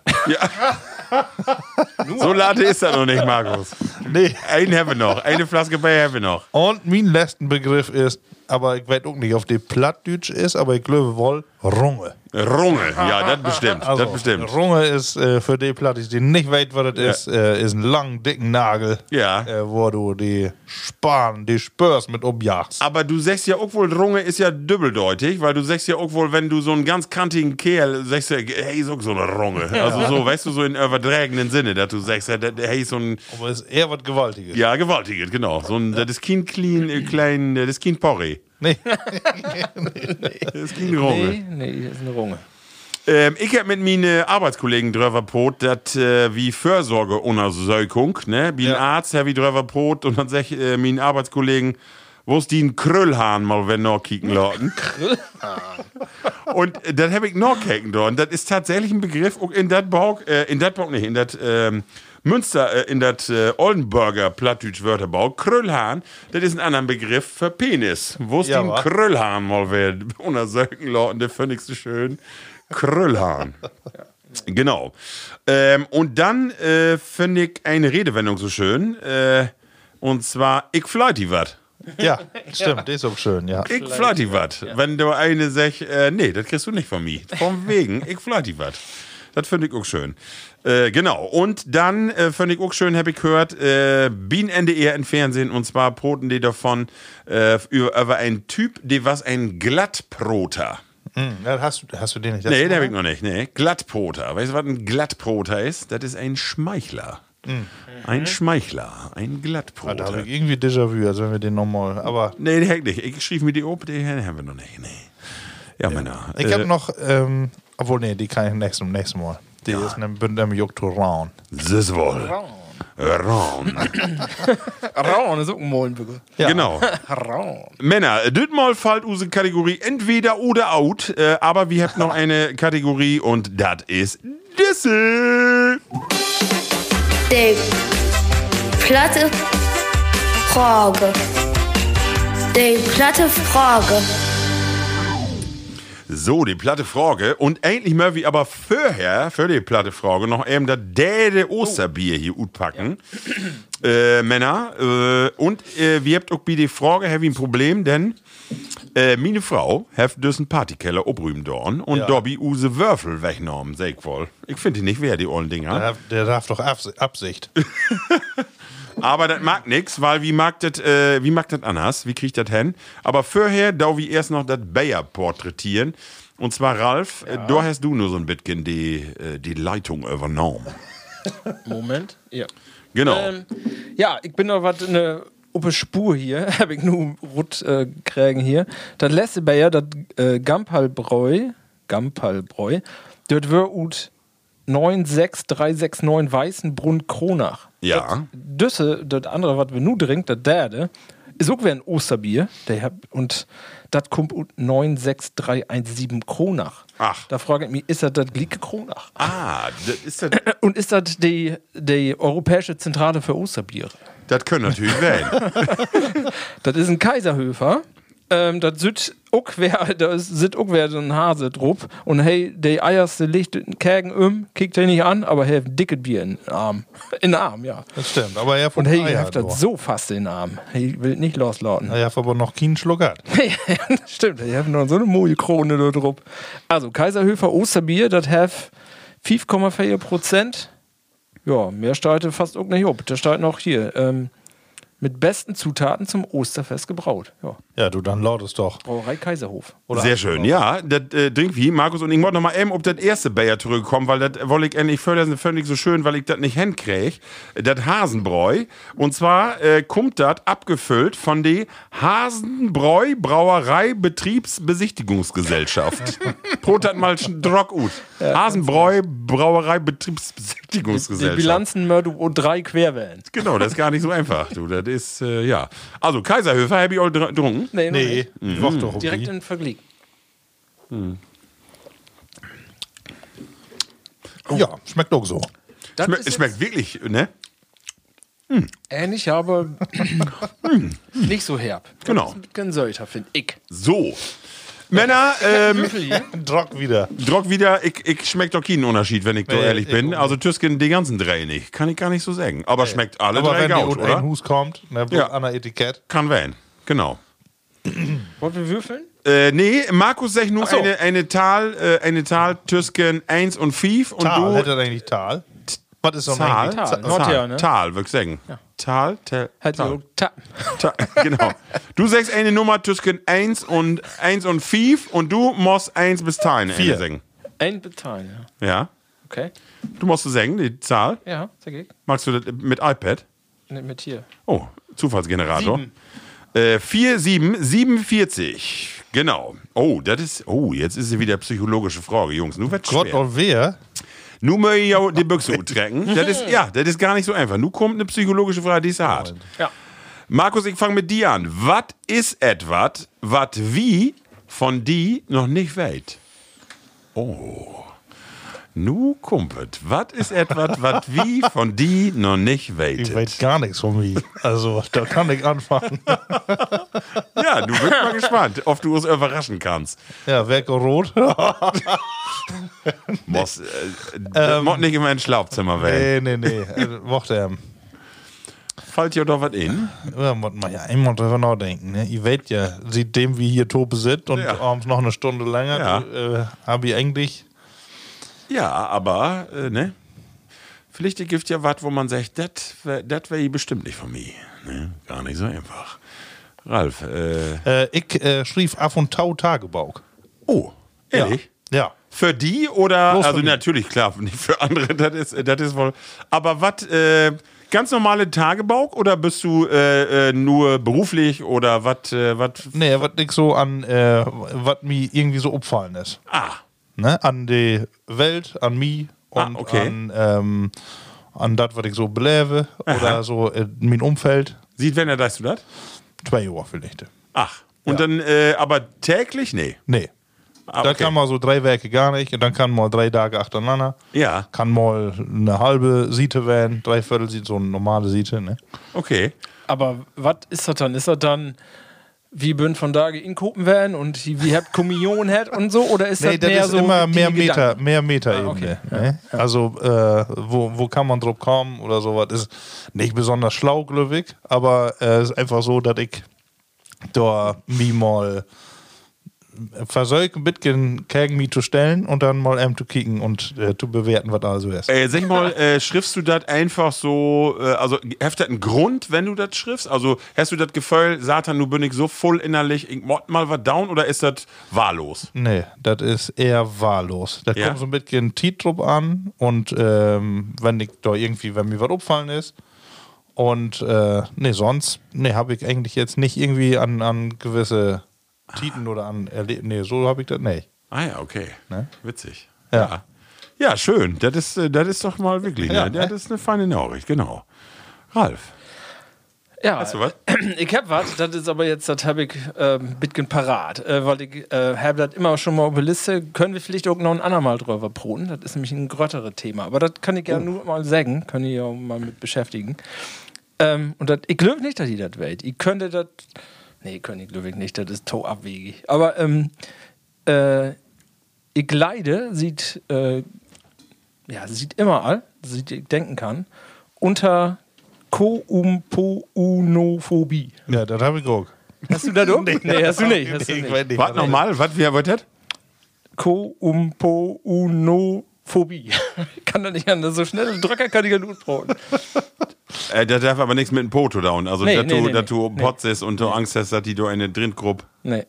S4: <laughs>
S2: So late ist das noch nicht, Markus.
S3: nee.
S2: Einen haben wir noch. Eine Flaske bei haben wir noch.
S3: Und mein letzten Begriff ist, aber ich weiß auch nicht, ob die Plattdeutsch ist, aber ich glaube wohl, Runge.
S2: Runge. Ja, das bestimmt.
S3: Also,
S2: das bestimmt.
S3: Runge ist äh, für die Plattdeutsch, die nicht weiß, was das
S2: Ja.
S3: ist, äh, ist ein lang, dicken Nagel,
S2: Ja.
S3: äh, wo du die Span, die Spörs mit umjagst.
S2: Aber du sagst ja auch wohl, Runge ist ja doppeldeutig, weil du sagst ja auch wohl, wenn du so einen ganz kantigen Kerl sagst, ja, hey, ist auch so eine Runge. Also so, weißt du, so in überträgenden Sinne, dass du sagst, ja, das- hey, so ein,
S3: Aber ist eher was Gewaltiges.
S2: ja, gewaltiges, genau. So ein, das ist kein clean, äh, klein, das ist kein Porri.
S3: Nee.
S2: <laughs> Das ist kein Runge.
S4: Nee, nee, das ist eine Runge.
S2: Ähm, ich hab mit meinen Arbeitskollegen drüber pot, dass äh, wie Fürsorgeuntersuchung, ne? Wie ein
S3: Ja.
S2: Arzt, Herr wie drüber pot, und dann sag ich äh, meinen Arbeitskollegen, wo ist die ein Krüllhahn mal wenn noch kicken
S3: <laughs>
S2: lauten? und äh, dann hab ich noch kicken dort. Und das ist tatsächlich ein Begriff, auch in dat Bauch, äh, in dat Bauch nicht, in dat ähm, Münster, äh, in dat äh, Oldenburger Plattdütsch Wörterbau, Krüllhahn, das ist ein anderer Begriff für Penis. Wo ist
S3: Ja,
S2: die ein
S3: wa?
S2: Krüllhahn mal <laughs> werden? Untersöken lauten, der finde ich so schön.
S3: <laughs>
S2: Krüllhahn. Genau. Ähm, und dann äh, finde ich eine Redewendung so schön. Äh, und zwar, ich flight die wat. <laughs>
S3: ja, stimmt, die ist auch schön, ja.
S2: Ich flight die wat. Wenn du eine sagst, äh, nee, das kriegst du nicht von mir.
S3: <laughs>
S2: Von wegen, ich flight die wat. Das finde ich auch schön. Äh, genau. Und dann äh, finde ich auch schön, habe ich gehört, äh, Bien NDR im Fernsehen. Und zwar poten die davon äh, über, über einen Typ, der was ein Glattproter.
S3: Hm, ja, hast, du- hast du den nicht? das
S2: Nee,
S3: Mal?
S2: den hab ich noch nicht. Nee. Glattproter. Weißt du, was ein Glattproter ist? Das ist ein Schmeichler. Ein Schmeichler. Ein
S3: Mhm. Ah, da
S2: Glattproter.
S3: habe ich irgendwie Déjà-vu, als wenn wir den nochmal. Aber
S2: nee, den hab ich nicht. Ich schrieb mir die ob, den haben wir noch nicht. Nee. Ja, Männer.
S3: ich habe noch. Ähm, obwohl, nee, die kann ich nächstes, nächstes Mal. Die ist eine Bündner Joktoran.
S2: Das wohl. Raun.
S4: Raun ist auch ein Molenbegriff.
S2: Genau.
S4: Raun.
S2: Männer, dit mal fällt unsere Kategorie entweder oder out, äh, aber wir haben noch eine Kategorie und das ist Dissel.
S8: Die platte Frage. Die platte Frage.
S2: So, die platte Frage. Und endlich Murphy, aber vorher, für die platte Frage, noch eben das däde Osterbier hier utpacken. Äh, Männer. Äh, und äh, wir habt auch bei der Frage, habe ich ein Problem, denn äh, meine Frau hat düssen Partykeller obrühmdorn und
S3: Ja.
S2: Dobby use Würfel weggenommen, sag ich wohl. Ich finde die nicht wer, die ollen Dinger.
S3: Der darf, der darf doch Abs- Absicht.
S2: Aber das mag nix, weil wie mag das, äh, wie mag das anders? Wie kriegt das hin? Aber vorher darf ich erst noch das Bayer porträtieren. Und zwar Ralf, äh, da hast du nur so ein bisschen die, äh, die Leitung übernommen.
S4: Moment. Ja.
S2: Genau.
S4: Ähm, ja, ich bin noch was eine uppe Spur hier. <laughs> Habe ich nur rot äh, Krägen hier. Das letzte Bayer, das äh, Gampalbräu, Gampalbräu, das wird ut 96369 Weißenbrunn Kronach.
S2: Ja.
S4: Düsse, das andere, was wir nu trinken, das derde, ist auch wie ein Osterbier. Der hab, und das kommt ut 96317 Kronach.
S2: Ach.
S4: Da frage ich mich, ist das das Glieke Kronach?
S2: Ah, das ist das.
S4: Und ist das die, die Europäische Zentrale für Osterbiere? <laughs>
S2: Das können natürlich werden.
S4: Das ist ein Kaiserhöfer. Ähm, das sind auch wer, <laughs> da ist- sind auch wer so ein Hase drup. Und hey, die Eierste liegt in Kägen um, kickt den nicht an, aber hey, dicket Bier in den Arm. In den Arm, ja.
S3: Das stimmt, aber er hat
S4: Und hey, ihr habt
S3: hat
S4: das so fast in den Arm. Ich will nicht loslauten. <laughs>
S3: Er hat aber noch keinen Schluck gehabt.
S4: Stimmt, ich habe noch so eine Mogelkrone da drauf. Also, Kaiserhöfer Osterbier, das hat 5,4 Prozent. Ja, mehr steigt fast auch nicht ob. Da steigt noch hier. Ähm, mit besten Zutaten zum Osterfest gebraut. Ja,
S3: Ja, du, dann lautest doch.
S4: Brauerei Kaiserhof.
S2: Sehr schön. Ja, das äh, trinkt wie Markus und ich wollte noch mal eben, ob das erste Bayer zurückkommt, weil das wollte ich endlich fördern, völlig so schön, weil ich das nicht hinkriege. Das Hasenbräu. Und zwar äh, kommt das abgefüllt von der Hasenbräu Brauerei
S4: <laughs>
S2: Betriebsbesichtigungsgesellschaft. Brot hat mal schon Drock ut. Hasenbräu Brauerei
S4: Die
S2: Betriebsbesichtigungsgesellschaft.
S4: Bilanzen Mörder und drei Querwellen.
S2: Genau, das ist gar nicht so einfach. Du, das ist, äh, ja. Also, Kaiserhöfer, hab ich all dr- drungen.
S4: Nee, noch
S3: Nee,
S4: nicht.
S3: mhm. doch doch.
S4: Direkt
S3: Direkt
S4: in Vergleich.
S3: ja, schmeckt doch so.
S4: Das
S2: Schme
S4: ist jetzt
S2: schmeckt wirklich, ne?
S4: ähnlich, <laughs> aber nicht so herb. Das
S2: Genau.
S4: ist ein bisschen Sölter, finde ich.
S2: So. <laughs> Männer, ähm,
S4: Genau.
S3: Drock wieder.
S2: Drock wieder, ich, ich schmeckt doch keinen Unterschied, wenn ich so
S3: Nee,
S2: ehrlich
S3: ich
S2: bin.
S3: auch
S2: Also Tüsken, die ganzen drei nicht. Kann ich gar nicht so sagen. Aber schmeckt alle
S3: Äh, aber
S2: drei
S3: wenn die
S2: gaut,
S3: und ein
S2: oder?
S3: Hus kommt, ne,
S2: Ja.
S3: ja. an der Etikett.
S2: Kann werden. Genau.
S4: Wollen wir würfeln?
S2: Äh, nee, Markus sagt nur
S4: Ach so.
S2: eine, eine Tal, äh, eine Tal, Tüsken 1 und 5 und
S3: Tal,
S2: du.
S3: hätte er eigentlich Tal? Was ist so ein
S2: Tal,
S3: eigentlich?
S2: Tal,
S4: Tal, Nordjahr,
S2: Tal,
S4: ne?
S2: Tal, würde ich sagen. Tal, Tal,
S4: Halt
S2: Tal. <laughs>
S4: so. Ta.
S2: Ta genau. Du sagst eine Nummer zwischen 1 und 1 und 5 und du musst 1 bis 10
S3: Vier.
S2: sagen.
S4: Ein Beteil, ja.
S2: Ja.
S4: Okay.
S2: Du musst du sagen, die Zahl.
S4: Ja, sag ich.
S2: Magst du das mit iPad?
S4: Ne, mit hier.
S2: Oh, Zufallsgenerator. Äh, 4, 7, 47. Genau. Oh, das ist. Oh, jetzt ist sie wieder psychologische Frage, Jungs. Nur wird's
S3: Gott oh.
S2: schwer.
S3: und wer?
S2: Nur möge ich auch die Büchse trecken. Das ist, ja, das ist gar nicht so einfach. Nur kommt eine psychologische Frage, die ist hart.
S4: Ja.
S2: Markus, ich fange mit dir an. Was ist etwas, was wie von die noch nicht weit? Oh. Nu kumpet. Was ist etwas, was wie von die noch nicht
S3: Ich
S2: weit?
S3: weiß gar nichts von mir. Also, da kann
S2: <laughs>
S3: ich anfangen.
S2: Ja, du bist mal gespannt, ob du uns überraschen kannst.
S3: Ja, Werk und Rot.
S2: Muss, äh, das muss nicht immer ins Schlafzimmer werden.
S3: Ähm. nee, nee, nee. Äh, Mochte er.
S2: Fällt dir doch was in?
S3: Ja, muss man ja einmal drüber nachdenken. Ne? Ihr wisst ja, seitdem wir hier Tobe sind und
S2: Ja.
S3: abends noch eine Stunde länger,
S2: Ja.
S3: äh, habe ich eigentlich.
S2: Ja, aber, äh, ne? Vielleicht gibt ja was, wo man sagt, das wäre bestimmt nicht von mir. Ne? Gar nicht so einfach. Ralf, äh,
S3: Äh, ich äh, schrieb Af und Tau Tagebauk.
S2: oh, ehrlich?
S3: Ja.
S2: Für die oder?
S3: Bloß für
S2: also
S3: die.
S2: natürlich, klar, nicht für andere, das ist, äh, das ist wohl. Aber was, äh, ganz normale Tagebauk oder bist du äh, äh, nur beruflich oder was? Äh, wat-
S3: Nee, was nicht so an, äh, was mir irgendwie so abfallen ist.
S2: ah,
S3: Ne? An die Welt, an mich und
S2: Ah, okay.
S3: an, ähm, an das, was ich so belebe oder so äh, mein Umfeld.
S2: sieht wenn er das du das?
S3: Zwei Jahre vielleicht.
S2: Ach, und dann, äh, aber täglich? Nee.
S3: Nee.
S2: Ah,
S3: Da
S2: okay.
S3: kann mal so drei Werke gar nicht und dann kann mal drei Tage achteinander.
S2: Ja,
S3: Kann mal eine halbe Siete werden, drei Viertel Siete, so eine normale Siete. Ne?
S2: okay.
S4: Aber was ist das dann? Ist das dann wie bin von da in Kopenhagen und wie habt Kommunion hat und so? Oder ist
S3: nee,
S4: das
S3: das
S4: mehr
S3: ist
S4: so?
S3: immer
S4: die
S3: mehr Meter,
S4: Gedanken? Ah,
S3: mehr Meter eben.
S4: okay.
S3: ne? Also äh, wo, wo kann man drauf kommen oder sowas ist nicht besonders schlau, glaube ich, aber es äh, ist einfach so, dass ich da mir mal versuche, ein bisschen gegen mich zu stellen und dann mal ähm, zu kicken und äh, zu bewerten, was da so ist.
S2: Äh, sag mal, äh, schriftst du das einfach so, äh, also hast das einen Grund, wenn du das schriftst? Also hast du das Gefühl, Satan, du bin ich so voll innerlich, ich mod mal was down oder ist das wahllos?
S3: Nee, das ist eher wahllos. Da
S2: Ja.
S3: kommt so ein bisschen Titrup an und ähm, wenn ich da irgendwie, wenn mir was abfallen ist. Und äh, nee, sonst, nee, habe ich eigentlich jetzt nicht irgendwie an, an gewisse Titen oder an erlebt. Nee, so habe ich das nicht.
S2: Ah ja, okay. Witzig.
S3: Ne? Ja.
S2: ja. Ja, schön. Das ist, äh, das ist doch mal wirklich,
S4: Ja,
S2: ne? das
S4: ne?
S2: ist eine feine Nachricht, genau. Ralf.
S4: Ja,
S2: Hast du was?
S4: <clears throat> ich hab was, das ist aber jetzt, das habe ich ähm, bisschen parat, äh, weil ich äh, habe das immer schon mal auf der Liste, können wir vielleicht auch noch ein andermal drüber proten, das ist nämlich ein grötteres Thema, aber das kann ich ja
S2: Oh.
S4: nur mal sagen, können ihr ja mal mit beschäftigen. Ähm, und das, ich glaube nicht, dass ihr das wählt, ihr könntet das, nee, könnt ihr glaube ich nicht, das ist to abwegig, aber ähm, äh, ich leide, sieht, äh, ja, sieht immer all, sieht ich denken kann, unter Koumponophobie.
S3: Ja, das habe ich auch.
S4: Hast du da dumm? nee, hast du nicht. Hast du
S3: Nee, ich
S4: Hm. nicht.
S3: weiß nicht.
S2: Was nochmal? Was, wie haben das?
S4: Koumponophobie. <laughs> kann da nicht anders. So schnell Drücker kann ich ja gut brauchen.
S2: Äh, das darf aber nichts mit dem Poto down. Also,
S4: Nee,
S2: dass
S4: nee,
S2: du,
S4: nee,
S2: dass
S4: nee.
S2: du
S4: Nee.
S2: Potz ist und du Angst hast, dass die du eine Drindgruppe.
S4: Nee.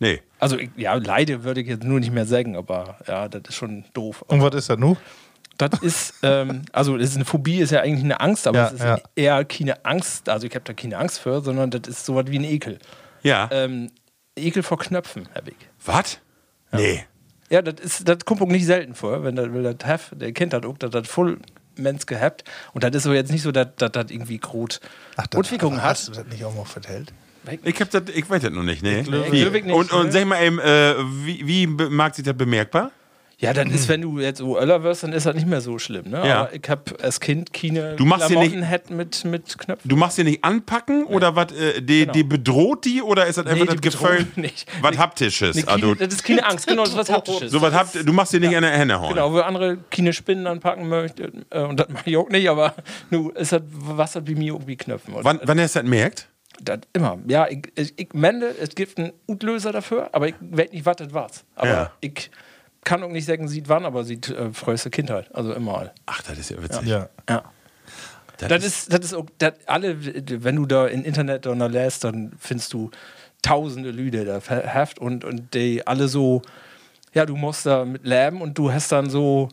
S2: Nee.
S4: Also, ich, ja, leide würde ich jetzt nur nicht mehr sagen, aber ja, das ist schon doof.
S3: Und was ist das nun?
S4: Das ist, ähm, also das ist eine Phobie, ist ja eigentlich eine Angst, aber
S3: Ja,
S4: es ist
S3: ja.
S4: eher keine Angst, also ich habe da keine Angst für, sondern das ist sowas wie ein Ekel.
S2: Ja.
S4: Ähm, Ekel vor Knöpfen habe ich.
S2: Was? Nee.
S4: Ja, das ist, das kommt auch nicht selten vor, wenn das, will das Hef, der Kind hat auch, das hat voll Mens gehabt und das ist so jetzt nicht so, dass das irgendwie Grot Entwicklungen hat.
S3: Hast du das nicht auch mal vertellt?
S2: Ich, hab das, ich weiß das noch nicht, nee.
S4: glaub-
S2: Wie?
S4: ich glaub ich nicht,
S2: und, und
S4: ne?
S2: sag mal eben, äh, wie, wie be- mag sich das bemerkbar?
S4: Ja, dann ist, wenn du jetzt Öller wirst, dann ist das nicht mehr so schlimm. Ne?
S2: Ja.
S4: Aber ich habe als Kind keine
S2: Du machst dir nicht-
S4: Klamottenhead mit, mit Knöpfen.
S2: Du machst dir nicht anpacken oder was, äh, die, die bedroht die oder ist das
S4: Genau. Nee,
S2: einfach
S4: die
S2: das Gefühl,
S4: bedroht nicht.
S2: was haptisches?
S4: Nee,
S2: also,
S4: das ist keine Angst, genau, das
S2: <laughs>
S4: ist was Haptisches.
S2: so was habt, du machst dir nicht an der Hände hauen.
S4: Genau, wo andere keine Spinnen anpacken möchten. Äh, und das mache ich auch nicht, aber <laughs> nu ist das, was hat bei mir irgendwie Knöpfen. Und
S2: Wann, wann hast du das merkt?
S4: das immer. Ja, ich, ich, ich mende, es gibt einen Utlöser dafür, aber ich weiß nicht, was das war. Aber
S2: Ja.
S4: ich kann auch nicht sagen, sieht wann, aber sieht äh, früheste Kindheit. Also immer.
S2: Ach, das ist ja witzig.
S3: Ja.
S4: Ja. Das, ist, das ist auch, das alle, wenn du da im Internet da lässt, dann findest du tausende Lüde da verheft und, und die alle so, ja, du musst da mit leben und du hast dann so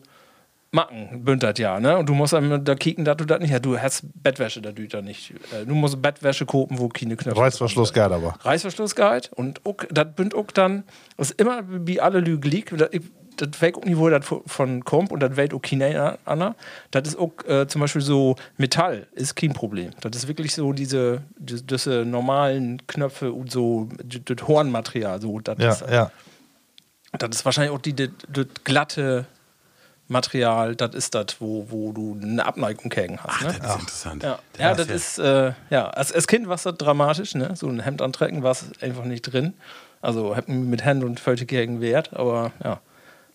S4: Macken, bündert ja, ne? Und du musst dann da kicken, dass du das nicht hast. Du hast Bettwäsche, da du da nicht. äh, Du musst Bettwäsche kopen, wo keine Knöpfe
S3: Reißverschluss geil aber.
S4: Reißverschlussgehalt und uck, das bünd uck dann, das ist immer wie alle Lüge liegt, das fällt auch nicht, wo das vo- von kommt und das fällt auch keine Anna. Das ist auch äh, zum Beispiel so, Metall ist kein Problem. Das ist wirklich so diese, dis- diese normalen Knöpfe und so, d- das Hornmaterial, so, das
S3: Ja,
S4: ist
S3: ja.
S4: das ist wahrscheinlich auch die, die, das glatte Material, das ist das, wo, wo du eine Abneigung gegen hast. ne?
S2: Das ist interessant.
S4: Ja, ja das ist, äh, ja, als, als Kind war es das dramatisch, ne? So ein Hemd antrecken war es einfach nicht drin. Also hab mich mit Hand und Föte gegen wehrt, aber ja,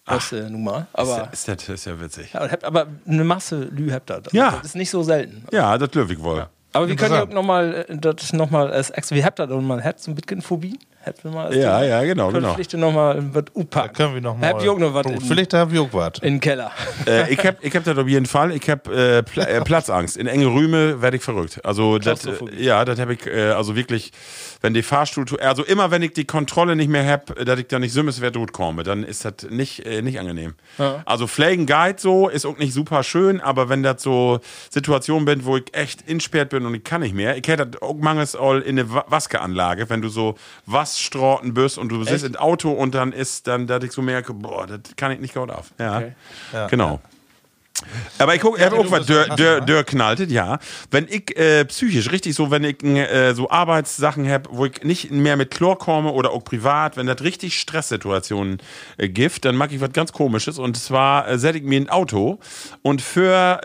S4: das äh, nun mal. Aber,
S2: Ist das, ist ja witzig.
S4: ja, und hab, aber eine Masse Lü habt ihr. Also,
S2: Ja.
S4: Das ist nicht so selten.
S2: Ja, das löw ich wohl.
S4: Aber wir können ja auch
S3: Interessant.
S4: nochmal, das nochmal als extra, wie habt ihr da nochmal, habt so ein bisschen Phobie? Habt ihr mal als
S2: Ja,
S4: Thema?
S2: ja, genau,
S4: Könnt
S2: genau.
S4: Vielleicht nochmal was upacken.
S3: Können wir nochmal.
S4: Habt ihr auch noch was in, in
S3: Vielleicht haben wir auch was.
S4: den Keller? <laughs>
S2: äh, ich hab, ich hab das auf jeden Fall. Ich hab äh, Pla äh, Platzangst. In enge Rüme werde ich verrückt. Also das, äh,
S4: Klaustrophobie.
S2: ja, das habe ich äh, also wirklich, wenn die Fahrstuhl, also immer wenn ich die Kontrolle nicht mehr hab, dass ich da nicht sümmes wer tot komme, dann ist das nicht äh, nicht angenehm. Also Flagen Guide so ist auch nicht super schön, aber wenn das so Situationen bin, wo ich echt insperrt bin und ich kann nicht mehr, ich hätte das auch manches all in eine Wa- Waskeanlage, wenn du so Wassstrauten bist und du sitzt im Auto und dann ist dann, dass ich so merke, boah, das kann ich nicht gut auf. Ja, genau. Aber ich gucke,
S3: Ja,
S2: ja, auch
S3: du
S2: was
S3: bist
S2: Dörr
S3: der
S2: Dörr
S3: Kassenbauer.
S2: Dörr knalltet, ja. Wenn ich äh, psychisch richtig so, wenn ich äh, so Arbeitssachen habe, wo ich nicht mehr mit Chlor komme oder auch privat, wenn das richtig Stresssituationen äh, gibt, dann mag ich was ganz Komisches. Und zwar äh, setz ich mir ein Auto und für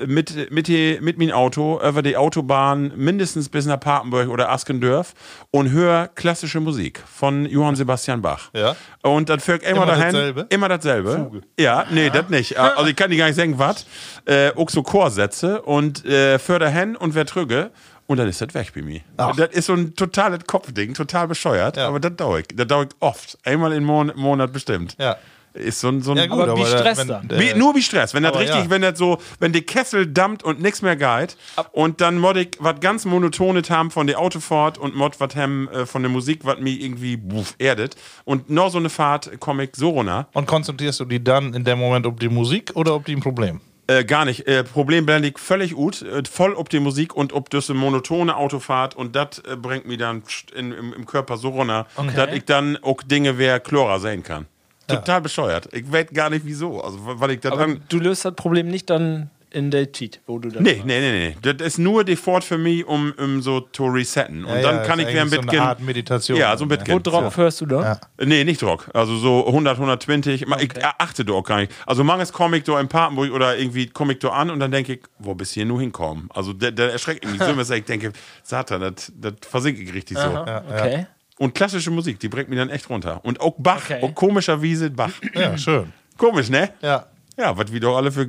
S2: äh, mit, mit, die, mit mein Auto über die Autobahn mindestens bis nach Papenburg oder Askendörf und höre klassische Musik von Johann Sebastian Bach.
S3: Ja.
S2: Und dann führe ich immer,
S3: Immer
S2: dahin.
S3: dasselbe?
S2: Immer dasselbe.
S3: Fuge.
S2: Ja, nee, das nicht. Also ich kann dir gar nicht sagen, was. Äh, auch so Chorsätze und äh, Förder hen und wer trüge. Und dann ist das weg bei mir.
S3: Ach.
S2: Das ist so ein totales Kopfding, total bescheuert.
S3: Ja.
S2: Aber das dauert. Das dauert oft. Einmal im Mon Monat bestimmt.
S3: Ja.
S2: Ist so ein. So ein
S3: Ja, gut,
S4: Aber wie
S3: da-
S4: Stress
S3: wenn-
S4: dann?
S3: äh,
S2: wie, nur wie Stress. Wenn das
S3: aber
S2: richtig,
S3: ja.
S2: wenn das so, wenn der Kessel dampft und nichts mehr geht und dann mod ich was ganz monotones haben von der Autofahrt und mod was hem äh, von der Musik, was mich irgendwie buff, erdet. Und noch so eine Fahrt komme ich so runter.
S3: Und konzentrierst du die dann in dem Moment um die Musik oder um die ein Problem?
S2: Äh, gar nicht. Äh, Problem blende ich völlig gut. Äh, voll ob die Musik und ob das eine monotone Autofahrt und das äh, bringt mich dann pst in, im, im Körper so runter, dass ich dann auch Dinge wer Chlora sehen kann. Total bescheuert. Ich weiß gar nicht wieso. Also, weil ich das
S4: Aber
S2: dann.
S4: du löst das Problem nicht dann in der Cheat, wo du dann.
S2: Nee, nee, nee, nee. Das ist nur die Fort für mich, um, um so zu resetten. Und
S3: Ja,
S2: dann
S3: ja,
S2: kann
S3: ist
S2: ich wieder ein
S3: eigentlich so eine
S2: bisschen.
S3: Art Meditation. ne?
S2: Ja, so ein
S3: Ja.
S2: bisschen.
S4: Wo drauf hörst du da?
S3: Ja.
S2: Nee, nicht Rock. Also so 100, 120. Ma- Ich achte da auch gar nicht. Also manches Comic da in Papenburg oder irgendwie Comic da an und dann denke ich, wo bist du hier nur hinkommen? Also der, der erschreckt mich so, dass ich denke, Satan, das, das versinke ich richtig so.
S4: Okay.
S2: Und klassische Musik, die bringt mich dann echt runter. Und auch Bach,
S4: Okay.
S2: auch komischer Wiese Bach.
S4: <clears throat>
S3: Ja, schön.
S2: Komisch, ne?
S3: Ja.
S2: Ja, was wir doch alle für...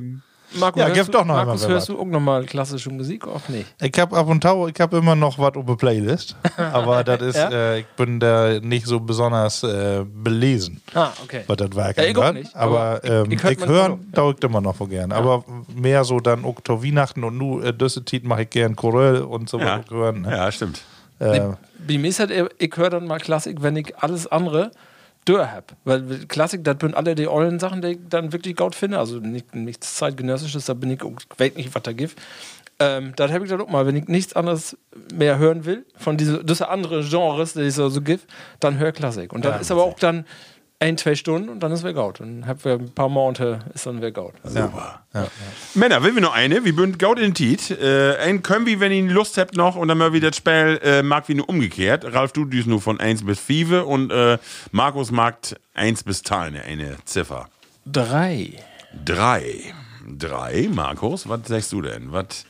S4: Markus,
S3: Ja,
S4: hörst
S3: gib
S4: du-
S3: doch noch einmal
S4: Markus,
S3: wer
S4: hörst du auch nochmal klassische Musik? Auch nicht.
S3: Ich habe ab und tau, ich habe immer noch was auf der
S4: <laughs>
S3: Playlist, aber das ist,
S4: Ja?
S3: äh, ich bin da nicht so besonders äh, belesen,
S4: Ah, okay.
S3: was das Werk
S4: Ja, ich auch
S3: angeht.
S4: nicht,
S3: Aber
S4: aber
S3: ähm,
S4: ich-
S3: ich,
S4: ich hört man
S3: höre,
S4: immer noch, ja.
S3: da ja. immer noch so gern. Aber mehr so dann auch zu Weihnachten und nu äh, Düssetit mache ich gern Choral und so
S2: Ja,
S3: was auch hören. Ne?
S2: ja stimmt.
S3: Äh,
S4: Bei mir ist halt, eher, ich höre dann mal Klassik, wenn ich alles andere dör hab. Weil Klassik, das sind alle die ollen Sachen, die ich dann wirklich gut finde. Also nicht, nichts zeitgenössisches, da bin ich, auch- ich weiß nicht, was da gibt. Ähm, das habe ich dann auch mal, wenn ich nichts anderes mehr hören will, von diesen diese anderen Genres, die es so so gibt, dann höre Klassik. Und dann ist aber auch dann ein, zwei Stunden und dann ist weg out. Und hab wir ein paar Monate, ist dann weg out.
S2: Super. Männer, will wir noch eine? Wir bünden Gaut in Tiet. Äh, ein können wir, wenn ihr Lust habt, noch und dann mal wieder das Spiel äh, mag wie nur umgekehrt. Ralf, du düst nur von 1 bis 5 und äh, Markus mag 1 bis 10, eine Ziffer.
S4: <laughs> Drei.
S2: 3. 3, Markus, was sagst du denn? Was?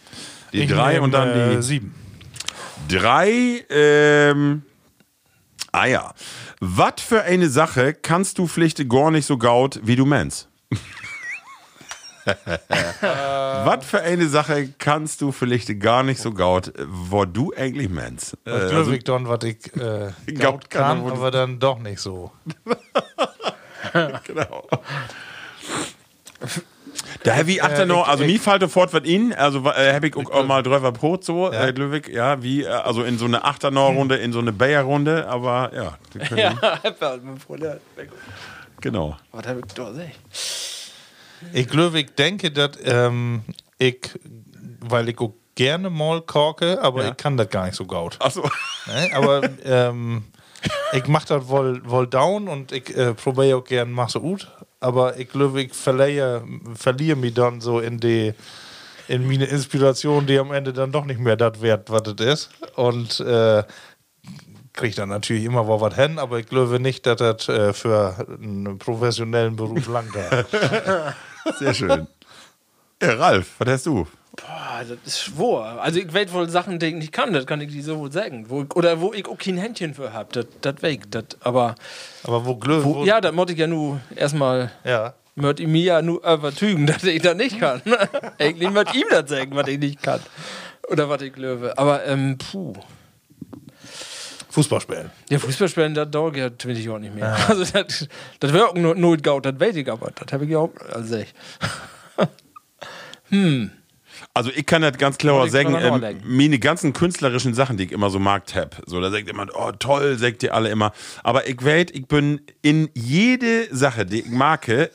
S2: Die
S3: ich
S2: 3
S3: nehm,
S2: und dann
S3: äh,
S2: die
S3: sieben.
S2: 3. Ähm, ah ja. Was für eine Sache kannst du Pflichte gar nicht so gaut, wie du <laughs> meinst? Was für eine Sache kannst du vielleicht gar nicht so gaut, wo du eigentlich meinst? Äh,
S3: Was
S2: also,
S3: dürfe ich dann, was ich
S2: <laughs>
S3: äh,
S2: Gaut
S3: gaut
S2: kann,
S3: kann,
S2: wo du-
S3: aber dann doch nicht so.
S2: genau. Da wie achter noch, also mir fällt sofort was in, also äh, hab ich auch, auch mal drüber Brot so, ja. äh, Löwig, ja, wie, äh, also in so eine achter noch Runde, in so eine Bayer Runde, aber <laughs> ja, die können, genau.
S4: Was hab ich da gesagt?
S3: Ich glaube, ich denke, dass ähm, ich, weil ich auch gerne mal korke, aber ich kann das gar nicht so gut.
S2: Achso.
S3: Ne? Aber ähm, ich mache das wohl, wohl down und ich äh, probiere auch gern, mach's gut. Aber ich glaube, ich verliere, verliere mich dann so in die in meine Inspiration, die am Ende dann doch nicht mehr das wert, was es ist. Und äh, kriege dann natürlich immer mal was hin, aber ich glaube nicht, dass das äh, für einen professionellen Beruf lang
S2: <laughs>
S3: da.
S2: Sehr schön. Ja, Ralf, was hast du?
S4: Boah, das ist schwor. Also ich weiß wohl Sachen, die ich nicht kann, das kann ich nicht so wohl sagen. Wo, ich- oder wo ich auch kein Händchen für habe, das, das weg. Das, aber
S3: Aber wo Glöwe.
S4: wo, ja, das muss ich ja nur erstmal,
S3: ja.
S4: mört ich mir ja nur übertügen, <laughs> dass ich das nicht kann. Eigentlich mört ihm das sagen, was ich nicht kann. Oder was ich löwe. Aber, ähm, puh.
S3: Fußball spielen.
S4: Ja, Fußballspielen, das dauert ja 20 Jahre nicht mehr. Also das, das wäre auch nur, nur Gaut, das weiß ich aber. Das habe ich ja auch, also <laughs> ich.
S2: Also ich kann das ganz klar
S4: Wollte ich
S2: sagen,
S4: gerade noch
S2: ähm,
S4: anlegen.
S2: meine ganzen künstlerischen Sachen, die ich immer so markt hab. So, da sagt jemand, oh toll, sagt ihr alle immer. Aber ich weiß, ich bin in jede Sache, die ich marke,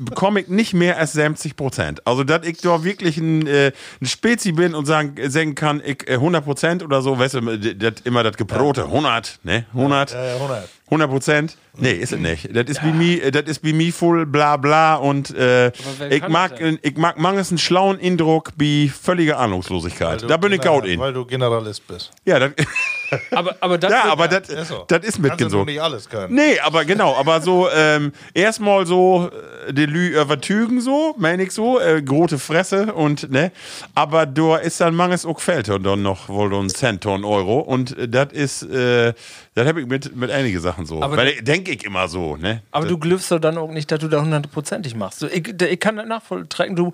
S2: bekomme ich nicht mehr als 70 Prozent. Also, dass ich da wirklich ein, äh, ein Spezi bin und sagen, sagen äh, kann, ich äh, 100 Prozent oder so, weißt du, das, immer das Gebrote, 100, ne, 100.
S3: Ja, ja, 100.
S2: 100 Prozent? Nee, ist es nicht. Das ist ja. das ist wie voll bla bla und äh,
S4: wer
S2: ich
S4: kann
S2: mag,
S4: das denn?
S2: ich mag manches einen schlauen Indruck wie völlige
S3: Also,
S2: Ahnungslosigkeit. Da bin ich
S3: genau.
S2: gaut in.
S3: Weil du Generalist bist.
S2: Ja, das, <laughs>
S4: Aber, aber das
S2: ja
S4: wird
S2: aber das,
S3: Ja, so. Also,
S2: das ist
S3: Kannst du doch
S2: mitgesogen.
S3: nicht alles können.
S2: Nee, aber genau, aber so ähm, erstmal so äh, Delü übertügen so, meine ich so, äh, grote Fresse und ne, aber da ist dann manches auch Felder und dann noch wohl ein Cent und Euro und äh, das ist, äh, das habe ich mit mit einigen Sachen so,
S4: Aber
S2: weil denke ich immer so, ne.
S4: Aber
S2: Das-
S4: du glüffst doch dann auch nicht, dass du da hundertprozentig machst. So, ich, da- ich kann das nachvolltrecken. Du,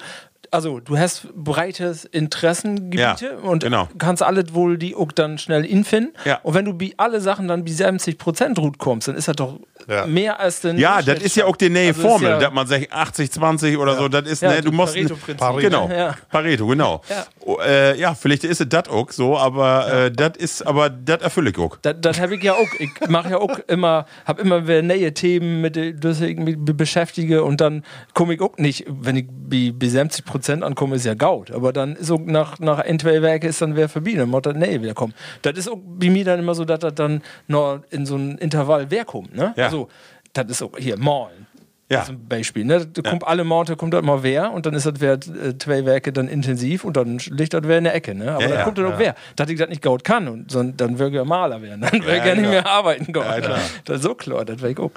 S4: also, du hast breites Interessengebiete
S2: Ja,
S4: und
S2: genau.
S4: kannst alle wohl die auch dann schnell infinden.
S2: Ja.
S4: Und wenn du bei alle Sachen dann bei 70 Prozent gut kommst, dann ist das doch
S3: Ja.
S4: mehr als den.
S2: Ja, das ist ja auch die nähe
S4: Also ist
S2: Formel,
S4: ja-
S2: dass man sagt 80, 20 oder so, das ist,
S4: Ja,
S2: ne, du
S4: das
S2: musst.
S4: Pareto-Prinzip.
S2: Pareto. Genau,
S4: Ja.
S2: Pareto, genau.
S4: Ja.
S2: Oh, äh, ja, vielleicht ist es das auch so, aber äh, das ist, aber das erfülle ich auch.
S4: Das, das habe ich ja auch. Ich mache ja auch immer, habe immer wieder neue Themen, mit denen ich mich be- beschäftige und dann komme ich auch nicht, wenn ich bei bei 70 Prozent ankomme, ist ja gaut. Aber dann so nach, nach ein, zwei Werke ist dann wer vorbei, dann muss das nee wieder kommen. Das ist auch bei mir dann immer so, dass das dann noch in so ein Intervall wer kommt. Ne?
S2: Ja.
S4: So, das ist auch hier, malen.
S2: Ja.
S4: Zum Beispiel, ne? Da kommt alle Monate kommt das mal wer und dann ist das wer äh, zwei Werke dann intensiv und dann liegt das wer in der Ecke, ne? Aber
S2: Ja,
S4: dann
S2: ja.
S4: kommt das auch wer. Dass ich das nicht gaut kann und son- dann würde ich ja Maler werden. Dann würde ich ja nicht
S2: klar.
S4: mehr arbeiten können.
S2: Ja, klar.
S4: das ist so klar, das wäre ich auch.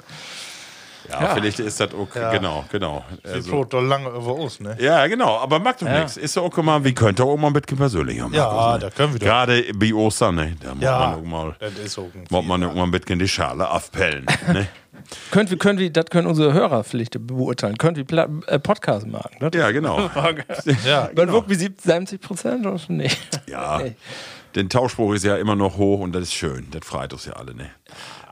S2: Ja, vielleicht ist das auch, genau, genau.
S3: Die
S2: Also,
S3: floht doch lange über uns, ne?
S2: ja, genau, aber macht doch nichts. Ist doch auch mal, wir können doch auch mal ein bisschen persönlicher machen. also.
S3: Ja, da können wir doch.
S2: Gerade bei Ostern, ne? Da muss
S3: Ja,
S2: man auch mal,
S3: das ist auch ein
S2: muss man auch mal ein bisschen die Schale abpellen. Ne?
S4: Könnt wir, können wir, das können unsere Hörer vielleicht beurteilen. Könnt wir Pla äh, Podcast machen. Das
S2: ja, genau.
S3: Ja,
S4: Dann wirklich 70, 70 Prozent oder schon nicht? <laughs>
S2: Ja. Den Tauschspruch ist ja immer noch hoch und das ist schön. Das freut uns ja alle, ne?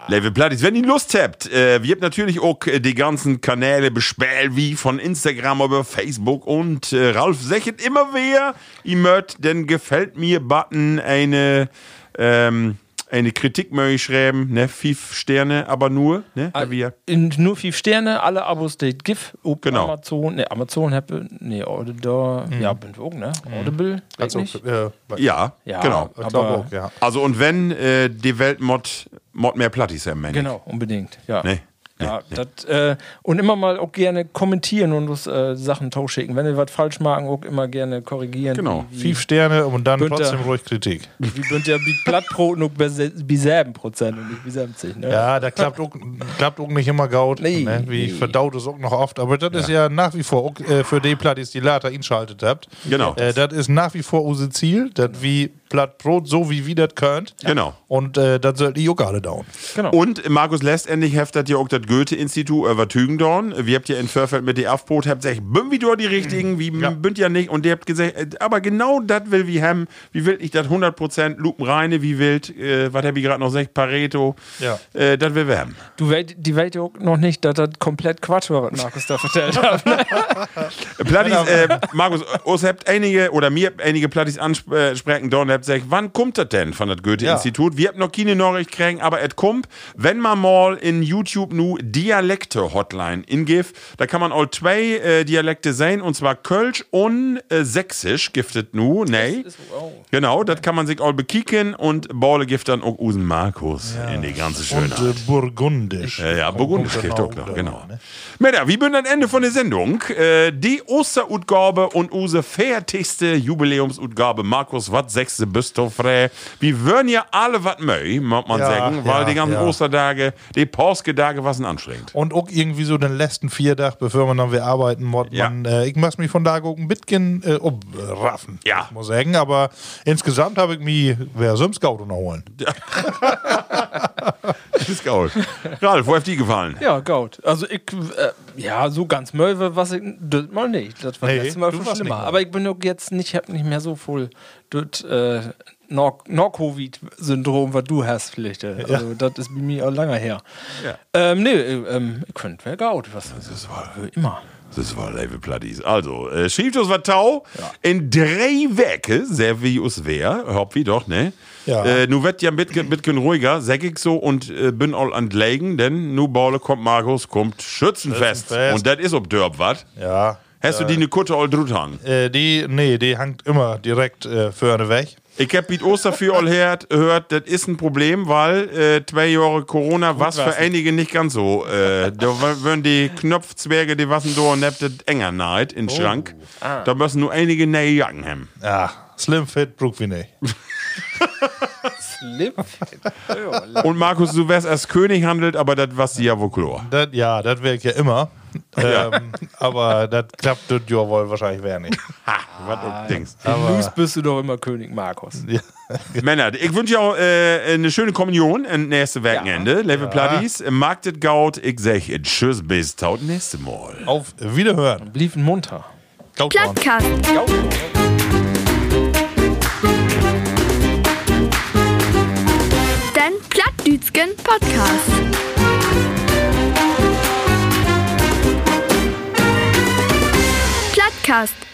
S2: Level Plattis, wenn ihr Lust habt, äh, wir habt natürlich auch äh, die ganzen Kanäle bespielt, wie von Instagram über Facebook und äh, Ralf Sechet immer wer, ihr mögt den Gefällt mir Button eine, ähm, eine Kritik möchte ich schreiben, ne? Fünf Sterne, aber nur, ne?
S4: Ah.
S2: Da wir.
S4: In nur fünf Sterne, alle Abos, Date GIF, ob
S2: Genau.
S4: Amazon, ne, Amazon, Apple, ne, Audible, ja, bin ich auch, ne? Audible, weiß
S3: Also,
S4: nicht.
S3: äh,
S2: Ja,
S4: Ja,
S2: genau.
S3: ich glaub
S4: aber,
S3: auch, ja.
S2: Also und wenn äh, die Welt mod, mod mehr Plattis haben, Mensch.
S4: Genau, unbedingt, ja.
S2: Ne?
S4: Ja, Dat, äh, und immer mal auch gerne kommentieren und uns äh, Sachen tauschschicken. Wenn wir was falsch machen, auch immer gerne korrigieren.
S2: Genau.
S4: Wie,
S3: Fünf Sterne und dann
S4: Günther.
S3: trotzdem ruhig Kritik.
S4: wie, wie sind ja wie Blattbrot nur bei se- bei 7 Prozent und nicht bei 70. Ne?
S3: Ja, da klappt auch, klappt auch nicht immer gaut.
S4: Nee.
S3: Ne? Wie verdaut es auch noch oft. Aber das ist ja nach wie vor auch, äh, für die Plattis, die later inschaltet habt.
S2: Genau.
S3: Äh, das ist nach wie vor unser Ziel. Das
S4: Genau.
S3: wie Platt Brot, so wie wir das könnt.
S2: Genau.
S3: Und äh, das sollt ihr auch alle down.
S4: Genau.
S2: Und Markus letztendlich heftet ja auch das Goethe-Institut über Tügendorn. Wir habt ja in Förfeld mit die Afbrot, habt gesagt, bin wir doch die Richtigen, wie ja. bünd ja nicht. Und die habt gesagt, äh, aber genau das will wir haben. Wie will ich das 100% lupenreine, wie wild, äh, was hab ich gerade noch gesagt, Pareto.
S3: Ja.
S2: Äh, das will wir haben.
S4: Du weißt, die weißt ja auch noch nicht, dass das komplett Quatsch war, was Markus da vertellt hat. Ne?
S2: Plattis,
S3: Genau.
S2: äh, Markus, uns habt einige, oder mir habt einige Plattis ansprechen, Dorn habt gesagt, wann kommt das denn von das Goethe-Institut? Wir habt noch keine Nachricht kriegen, aber et kommt, wenn man mal in YouTube nu Dialekte-Hotline ingif, da kann man all zwei äh, Dialekte sehen, und zwar Kölsch und äh, Sächsisch giftet nu, nee. Genau, das kann man sich all bekicken und Borle gift dann auch Usen Markus in die ganze
S3: Und
S2: Schönheit.
S3: äh, burgundisch.
S2: Ja, ja, Burgundisch kriegt auch noch,
S3: Burgunder,
S2: genau.
S3: ne?
S2: Männer, wir sind am Ende von der Sendung. Äh, die Osterutgabe und unsere fertigste Jubiläumsutgabe. Markus, was sechste bist du frei? Wir würden ja alle was mögen, muss man
S3: Ja,
S2: sagen, weil
S3: ja,
S2: die ganzen
S3: ja.
S2: Ostertage, die Påsketage, was sind
S3: <laughs>
S2: anstrengend.
S3: Und auch irgendwie so den letzten Viertag, bevor man dann wieder arbeiten muss.
S2: Ja.
S3: Man, äh, ich muss mich von da gucken, bisschen äh, umraffen.
S2: Ja.
S3: Muss sagen, aber insgesamt habe ich mich, wer soll Scout noch holen?
S2: Das ist geil. Ralf, wo hat die gefallen?
S4: ja, gut. Also ich, äh, ja, so ganz Möwe, was ich, das mal nicht. Das war
S3: Nee,
S4: letztes Mal
S3: du
S4: schon
S3: warst
S4: schlimmer.
S3: nicht mal.
S4: Aber ich bin auch jetzt nicht, hab nicht mehr so voll das äh, Nor- Nor-Covid-Syndrom, was du hast vielleicht. äh. Also das ist bei mir auch lange her.
S2: Ja.
S4: Ähm, nee, äh, ähm, ich könnte wer gaut. Was, das war immer.
S2: Das war Level Platties. Also, äh, schiebt uns was tau. In drei Wecke, sehr wie us wer, hopp wie doch, ne?
S3: Ja.
S2: Äh, nu wird ja mit, mit ken ruhiger, sag ich so, und äh, bin all an Lägen, denn nu Baule kommt Markus, kommt Schützenfest.
S3: Schützenfest. Äh.
S2: Und das ist ob Dörp wat.
S3: Ja.
S2: Hast du die ne Kutte all drut hang?
S3: Äh, die, nee, die hangt immer direkt äh, vorne weg.
S2: Ich hab mit Osterfjörl gehört, gehört, das ist ein Problem, weil äh, zwei Jahre Corona was für einige nicht ganz so. Äh, da wa- würden die Knopfzwerge, die wassen da und habt das enger naht in den Schrank.
S3: Ah.
S2: Da müssen nur einige neue Jacken haben.
S3: Ja, slim fit,
S2: <laughs>
S3: braucht wir nicht.
S4: Slim.
S2: Und Markus, du wärst als König handelt, aber das was die ja wohl klar.
S3: Dat, ja, das wäre ich ja immer.
S2: Ja.
S3: ähm, aber das klappt das ja wohl wahrscheinlich wer nicht.
S2: Was du denkst.
S4: Aber Los bist du doch immer König Markus.
S2: <laughs> Männer, ich wünsche euch auch äh, eine schöne Kommunion am nächsten Wochenende. Level Pladies, mag das Gaut. Ich sag äh, Tschüss, bis taut nächste Mal.
S3: Auf Wiederhören.
S4: Liefen munter.
S3: Kaut dran.
S1: Plattkast. Den Plattdütschen Podcast. Plattkast.